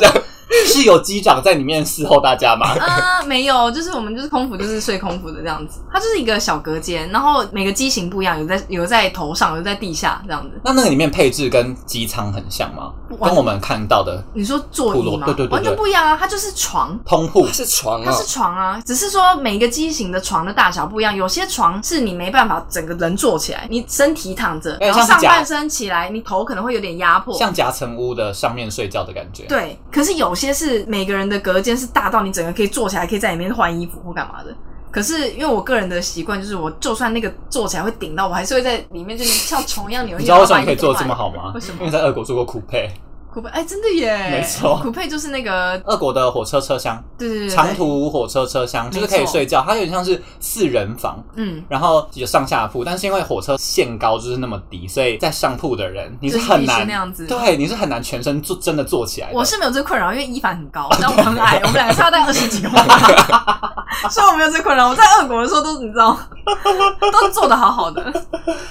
A: 然后 是有机长在里面伺候大家吗？
C: 啊、没有，就是我们就是空腹，就是睡空腹的这样子。它就是一个小隔间，然后每个机型不一样，有在有在头上，有在地下这样子。
A: 那那个里面配置跟机舱很像吗？
C: 完
A: 跟我们看到的
C: 你说座
A: 部
C: 椅
A: 落
C: 吗？
A: 对对对对
C: 完全不一样啊，它就是床。
A: 通铺
B: 是床
C: 它
B: 啊、
C: 哦是床啊，只是说每个机型的床的大小不一样，有些床是你没办法整个人坐起来，你身体躺着，
A: 有点
C: 然后
A: 哎像
C: 上
A: 夹
C: 半身起来，你头可能会有点压迫。
A: 像夹层屋的上面睡觉的感觉。
C: 对，可是有些是每个人的隔间是大到你整个可以坐起来，可以在里面换衣服或干嘛的。可是因为我个人的习惯，就是我就算那个坐起来会顶到，我还是会在里面就是像虫一样扭。
A: 你知道为什么可以做的这么？好吗？
C: 为什么
A: 因为在俄国住过酷配，
C: 酷配哎，真的耶，
A: 没错
C: 酷配就是那个
A: 俄国的火车车厢，
C: 对对对对
A: 长，途火车车厢就是可以
C: 没错
A: 睡觉，它有点像是四人房，
C: 嗯，
A: 然后有上下铺，但是因为火车限高就是那么低，所以在上铺的人你很
C: 就是必
A: 难
C: 须那样子
A: 对，你是很难全身坐真的坐起来的。
C: 我是没有这个困扰，因为伊凡很 高，但我很矮，我们两个差大概二十几公分，所以我没有这个困扰。我在俄国的时候都你知道，都坐的好好的，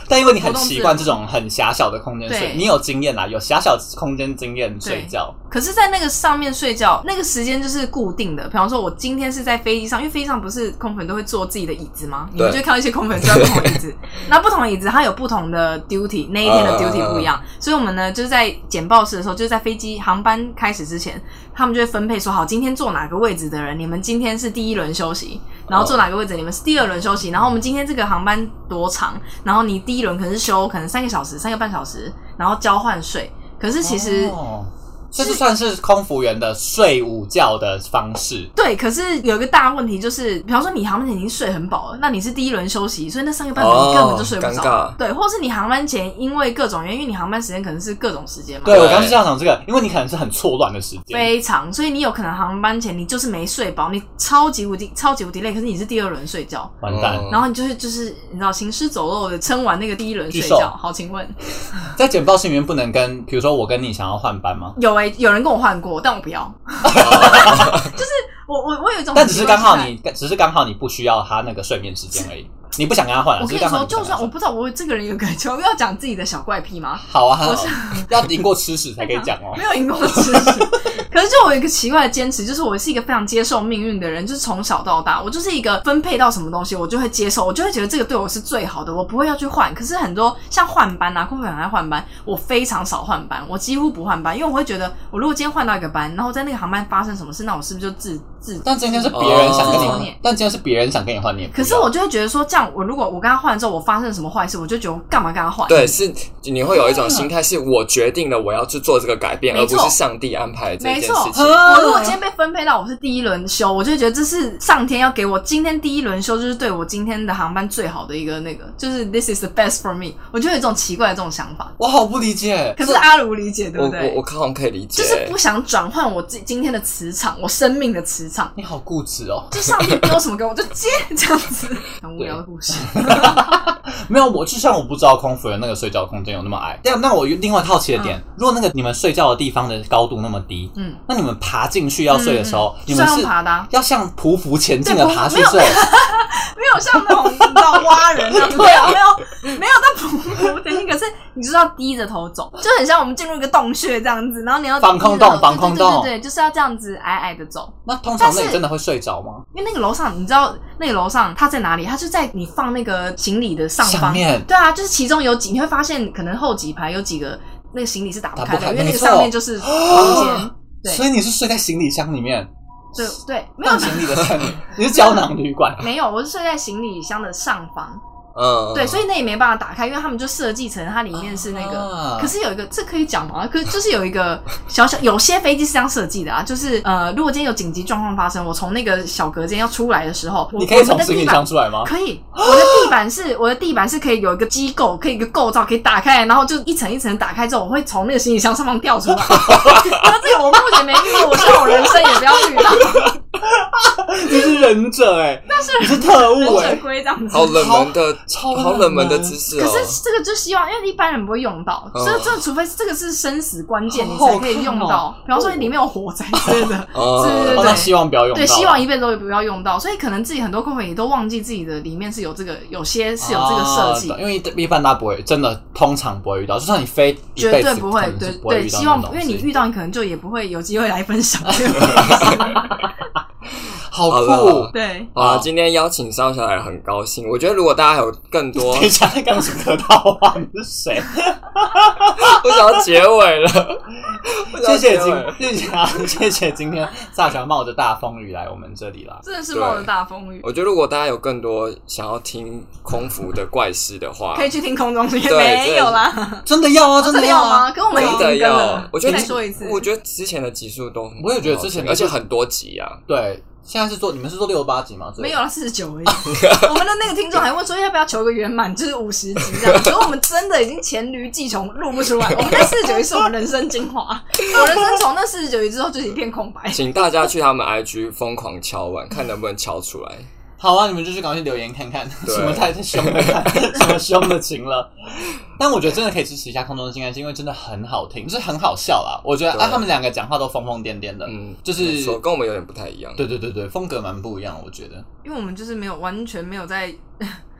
A: 但因为你很习惯这种很狭小的空间睡，
C: 对
A: 你有经验啦，有狭小空间经验睡觉，
C: 可是，在那个上面睡觉，那个时间就是固定的。比方说，我今天是在飞机上，因为飞机上不是空服都会坐自己的椅子吗？你
B: 对
C: 们就会看到一些空服坐在不同的椅子，那不同的椅子它有不同的 duty，那一天的 duty 不一样。所以，我们呢就是在简报室的时候，就是在飞机航班开始之前，他们就会分配说，好，今天坐哪个位置的人，你们今天是第一轮休息，然后坐哪个位置，你们是第二轮休息。然后我们今天这个航班多长？然后你第一轮可能是休可能三个小时、三个半小时，然后交换睡。可是其实。
A: 哦这就算是空服员的睡午觉的方式。
C: 对，可是有一个大问题就是，比方说你航班前已经睡很饱了，那你是第一轮休息，所以那上个半小时你根本就睡不
B: 哦尴
C: 着。
B: 尬
C: 对，或是你航班前因为各种原因，因为你航班时间可能是各种时间嘛，
A: 对
B: 对
A: 我刚刚是要讲这个，因为你可能是很错乱的时间，
C: 非常，所以你有可能航班前你就是没睡饱，你超级无敌超级无敌累，可是你是第二轮睡觉。
A: 完蛋。
B: 嗯
C: 然后你就是就是你知道行尸走肉的撑完那个第一轮睡
A: 巨
C: 觉，
A: 兽
C: 好，请问
A: 在简报室里面不能跟，比如说我跟你想要换班吗？
C: 有哎、有人跟我换过，但我不要， 就是我我我有一种
A: 但
C: 很
A: 只
C: 奇
A: 是
C: 怪
A: 刚
C: 的
A: 好
C: 心态
A: 你，只是刚好你不需要他那个睡眠时间而已，你不想跟他换啊。
C: 我
A: 只
C: 跟
A: 是
C: 你
A: 刚好
C: 说，
A: 你不想
C: 就
A: 跟他
C: 算我
A: 换
C: 不知道我这个人有感情，我要讲自己的小怪癖吗？
A: 好啊，好
C: 我哎
A: 啊
C: 是
A: 要赢过吃屎才可以 讲哦
C: 没。有赢过吃屎。 可是就我有一个奇怪的坚持，就是我是一个非常接受命运的人，就是从小到大，我就是一个分配到什么东西，我就会接受，我就会觉得这个对我是最好的，我不会要去换。可是很多像换班啊，空服员爱换班，我非常少换班，我几乎不换班，因为我会觉得，我如果今天换到一个班，然后在那个航班发生什么事，那我是不是就自自
A: 但今天是别人想跟你
B: 哦
A: 换，但今天是别人想跟你换，你也不
C: 可是
A: 要
C: 我就会觉得说，这样我如果我跟他换之后，我发生了什么坏事，我就觉得我干嘛跟他换？
B: 对，是你会有一种心态，是我决定了我要去做这个改变，而
C: 没
B: 不
C: 错
B: 是上帝安排这
C: 没
B: 件
C: 错
B: 事情。
A: 啊
C: 我如果今天被分配到我是第一轮休，我就会觉得这是上天要给我今天第一轮休，就是对我今天的航班最好的一个那个，就是 this is the best for me。我就有一种奇怪的这种想法。
A: 我好不理解，
C: 可是阿卢理解对
B: 啊我
C: 不
B: 我我
C: 对？
B: 好像可以理解，
C: 就是不想转换我自己今天的磁场，我生命的磁场。
A: 你好固执哦。
C: 就上帝丢什么给我，我就接这样子，很无聊的故事。
A: 没有，我就像我不知道空服员那个睡觉空间有那么矮。嗯但啊那我另外好奇的点，如果那个你们睡觉的地方的高度那么低，
C: 嗯，
A: 那你们爬进去要睡的时候，你
C: 虽
A: 们
C: 然
A: 嗯
C: 用
A: 是
C: 爬的啊、
A: 要像匍匐前进的
C: 对匍匐
A: 爬去
C: 没有
A: 睡，
C: 没有像那种你知道挖人那样，对啊，没有没有在匍匐前进，可是你就是要低着头走，就很像我们进入一个洞穴这样子，然后你要
A: 防空洞
C: 低着头
A: 防空洞
C: 对对对对，就是要这样子矮矮的走。
A: 那通常那
C: 但
A: 你
C: 是
A: 真的会睡着吗？
C: 因为那个楼上，你知道那个楼上它在哪里？它就在你放那个行李的上
A: 上
C: 方。
A: 面
C: 对啊，就是其中有几，你会发现可能后几排有几个那个行李是打不
A: 打
C: 开
A: 不
C: 的，
A: 开
C: 因为那
A: 没
C: 个
A: 错
C: 上面就是房 间。对
A: 所以你是睡在行李箱里面，
C: 对对，没有
A: 放行李的上面，你是胶囊旅馆。
C: 没有，我是睡在行李箱的上方。
B: 嗯，
C: 对，所以那也没办法打开，因为他们就设计成它里面是那
A: 啊
C: 个。可是有一个，这可以讲吗？可是就是有一个小小，有些飞机是这样设计的啊，就是呃，如果今天有紧急状况发生，我从那个小隔间要出来的时候，我
A: 你可以
C: 我
A: 从
C: 们的
A: 行
C: 地
A: 李
C: 板
A: 箱出来 吗？
C: 可以，我的地板是我的地板是可以有一个机构，可以一个构造可以打开来，然后就一层一层打开之后，我会从那个行李箱上方 掉出来。那这个我目前没遇过，我希望我人生也不要遇到。
A: 你是忍者哎、
C: 但
A: 你
C: 是
A: 是特务哎、
C: 忍者龟这样子
B: 好。冷门的，
A: 超
B: 好冷门的知识哦。
C: 可是这个就希望，因为一般人不会用到，
B: 嗯
C: 所以这除非是这个是生死关键，你
A: 哦好好
C: 才可以用
A: 看哦
C: 到。比方说里面有火灾之 类的，
B: 哦
C: 是对
A: 哦，那希望不要用到。
C: 对，希望一辈子都不要用到。所以可能自己很多空位你都忘记自己的里面是有这个，有些是有这个设计
A: 啊懂。因为一般大家不会，真的通常不会遇到，就算你飞一
C: 绝
A: 辈
C: 对
A: 子，
C: 不会
A: 可，能
C: 对
A: 是不会
C: 对，
A: 遇到
C: 希
A: 那
C: 望
A: 种东
C: 因为
A: 西。
C: 你遇到，你可能就也不会有机会来分享。
A: 好
B: 好了好了
A: 酷。
C: 对，
B: 啊，今天邀请邵小来很高兴。我觉得如果大家还有更 多，
A: 等一下，刚刚是得到啊，你是谁？
B: 我想要结尾了。 我想
A: 谢
B: 要结
A: 谢
B: 尾了
A: 今，谢谢啊，谢谢今天萨乔冒着大风雨来我们这里 啦。
C: 真的是冒着大风雨，
B: 我觉得如果大家有更多想要听空服的怪事的话
C: 可，以去听空中学，
B: 对
C: 没有啦，
A: 真的要啊，真
C: 哦真的
A: 要
C: 要吗？？跟我们已
B: 真
C: 经
B: 的
C: 跟
B: 要
C: 了，，
B: 我觉得
C: 再说一次，
B: 我觉得之前的集数都很好听，
A: 我也觉得之前的
B: 而且很多集啊。
A: 对，现在是做你们是做六十八集吗？
C: 没有了，四十九而已。我们的那个听众还问说要不要求个圆满， 就是五十集这样。所以我们真的已经黔驴技穷，录不出来。我们在四十九集是我们人生精华，我人生从那四十九集之后就是一片空白。
B: 请大家去他们 IG 疯狂敲碗，看能不能敲出来。
A: 好啊，你们就去赶快去留言看看，
B: 对
A: 什么太太凶的看， 什么凶的情了。但我觉得真的可以支持一下空中性爱，是因为真的很好听，就是很好笑啦。我觉得
B: 对
A: 啊，他们两个讲话都疯疯癫癫的，
B: 嗯，
A: 就是
B: 没错跟我们有点不太一样。
A: 对对对对，风格蛮不一样。我觉得
B: 嗯
C: 因为我们就是没有完全没有在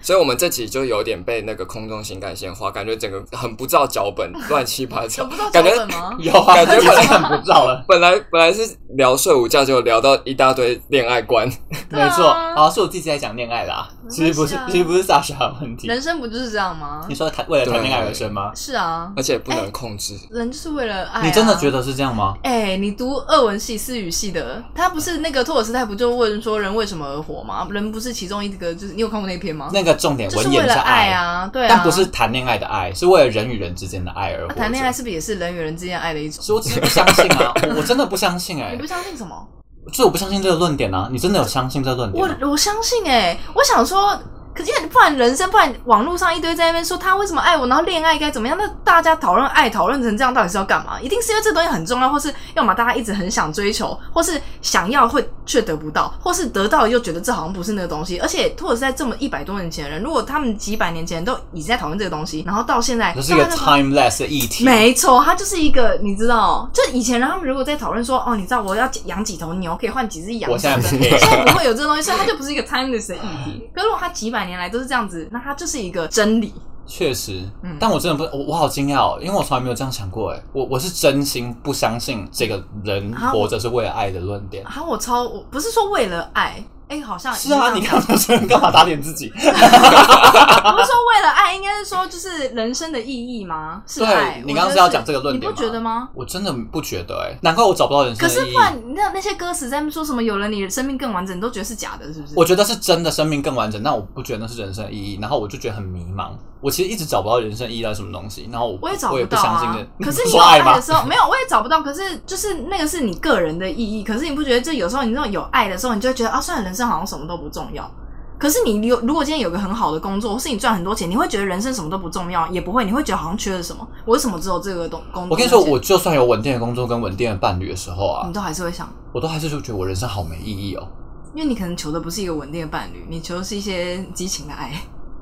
B: 所以我们这集就有点被那个空中情感线花，感觉整个很不照脚本，乱七八糟
C: 有不到，脚
B: 感觉
C: 本吗？
A: 有啊，
B: 感觉
A: 本来很不照 了，
B: 本来本来是聊睡午觉，就聊到一大堆恋爱观，
A: 没错。啊，是我自己在讲恋爱啦，其实不是
C: 没关系啊，
A: 其实不是莎莎的问题。
C: 人生不就是这样吗
A: 你？说谈为了谈
B: 对
A: 恋爱而生吗？
C: 是啊，
B: 而且不能控制。
C: 人就是为了爱、啊。
A: 你真的觉？得是这样吗？
C: 哎、你读俄文系、私语系的，他不是那个托尔斯泰不就问说人为什么而活吗？人不是其中一个，就是你有看过那篇吗？
A: 那个重点
C: 啊就是
A: 文
C: 为
A: 言
C: 了
A: 是
C: 爱，啊，对啊。
A: 但不是谈恋爱的爱，是为了人与人之间的爱而
C: 啊
A: 活着。
C: 谈恋爱是不是也是人与人之间爱的一种？
A: 所以我只是不相信 啊，我我真的不相信哎、
C: 你不相信什么？
A: 就是我不相信这个论点啊！你真的有相信这个论点、
C: 我
A: 啊？
C: 我相信哎、我想说，可见不然人生，不然网络上一堆在那边说他为什么爱我，然后恋爱该怎么样？那大家讨论爱讨论成这样，到底是要干嘛？一定是因为这东西很重要，或是要么大家一直很想追求，或是想要会却得不到，或是得到了又觉得这好像不是那个东西。而且，或者是在这么一百多年前的人，如果他们几百年前都已经在讨论这个东西，然后到现在，
A: 这是一个
C: 大家都
A: timeless 的议题，
C: 没错，它就是一个，你知道，就以前人他们如果在讨论说，哦，你知道我要养几头牛，可以换几只羊，
A: 我现在不
C: 现
A: 可以
C: 在不会有这东西，所以它就不是一个 timeless 的议题。可是如果它几百年来都是这样子，那它就是一个真理。
A: 确实
C: 嗯，
A: 但我真的不，我我好惊讶哦，因为我从来没有这样想过哎，我我是真心不相信这个人
C: 啊
A: 活着是为了爱的论点。
C: 然后我超，我不是说为了爱，哎，好像
A: 是啊，
C: 也
A: 你
C: 这样
A: 刚刚说你干嘛打脸自己？
C: 不是说为了爱，应该是说就是人生的意义 吗？是
A: 对
C: 爱。
A: 你
C: 我
A: 刚刚
C: 觉得
A: 是要讲这个论点
C: 你不觉得吗？
A: 我真的不觉得哎，难怪我找不到人
C: 可
A: 生
C: 是
A: 的意
C: 不
A: 义。
C: 然，那那些歌词在那边说什么有了你，生命更完整，你都觉得是假的，是不是？
A: 我觉得是真的生命更完整，但我不觉得那是人生的意义，然后我就觉得很迷茫。我其实一直找不到人生意义到什么东西，然后我
C: 我也找
A: 我
C: 不
A: 也不
C: 到
A: 相信
C: 啊。
A: 这
C: 可 是你
A: 说
C: 有
A: 爱
C: 爱
A: 吧
C: 的，时候，没有，我也找不到。可是就是那个是你个人的意义。可是你不觉得，就有时候你那种有爱的时候，你就会觉得啊，虽然人生好像什么都不重要。可是你有，如果今天有个很好的工作，或是你赚很多钱，你会觉得人生什么都不重要，也不会，你会觉得好像缺了什么。我为什么只有这个东工作？
A: 我跟你说，我就算有稳定的工作跟稳定的伴侣的时候啊
C: 你，都还是会想，
A: 我都还是就觉得我人生好没意义哦。
C: 因为你可能求的不是一个稳定的伴侣，你求的是一些激情的爱。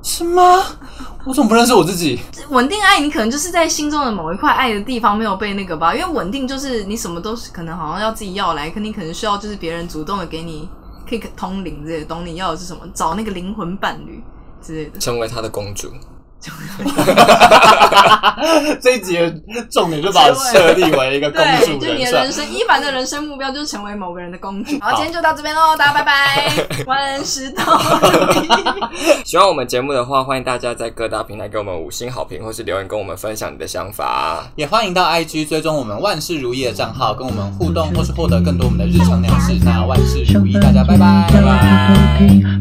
A: 是吗？我怎么不认识我自己？
C: 稳定爱，你可能就是在心中的某一块爱的地方没有被那个吧，因为稳定就是你什么都是可能好像要自己要来，可你可能需要就是别人主动的给你可以通灵之类的，懂你要的是什么，找那个灵魂伴侣之类的。
B: 成为他的公主，
A: 这一集的重点就把我设立为一个公
C: 对，
A: 主
C: 就你
A: 人设
C: 的人。生一凡的人生目标就是成为某个人的公主。好，今天就到这边喽，大家拜拜，万事都如意。
B: 喜欢我们节目的话，欢迎大家在各大平台给我们五星好评，或是留言跟我们分享你的想法。
A: 也欢迎到 IG 追踪我们万事如意的账号，跟我们互动或是获得更多我们的日常鸟事。那万事如意，大家拜拜，
E: 拜拜。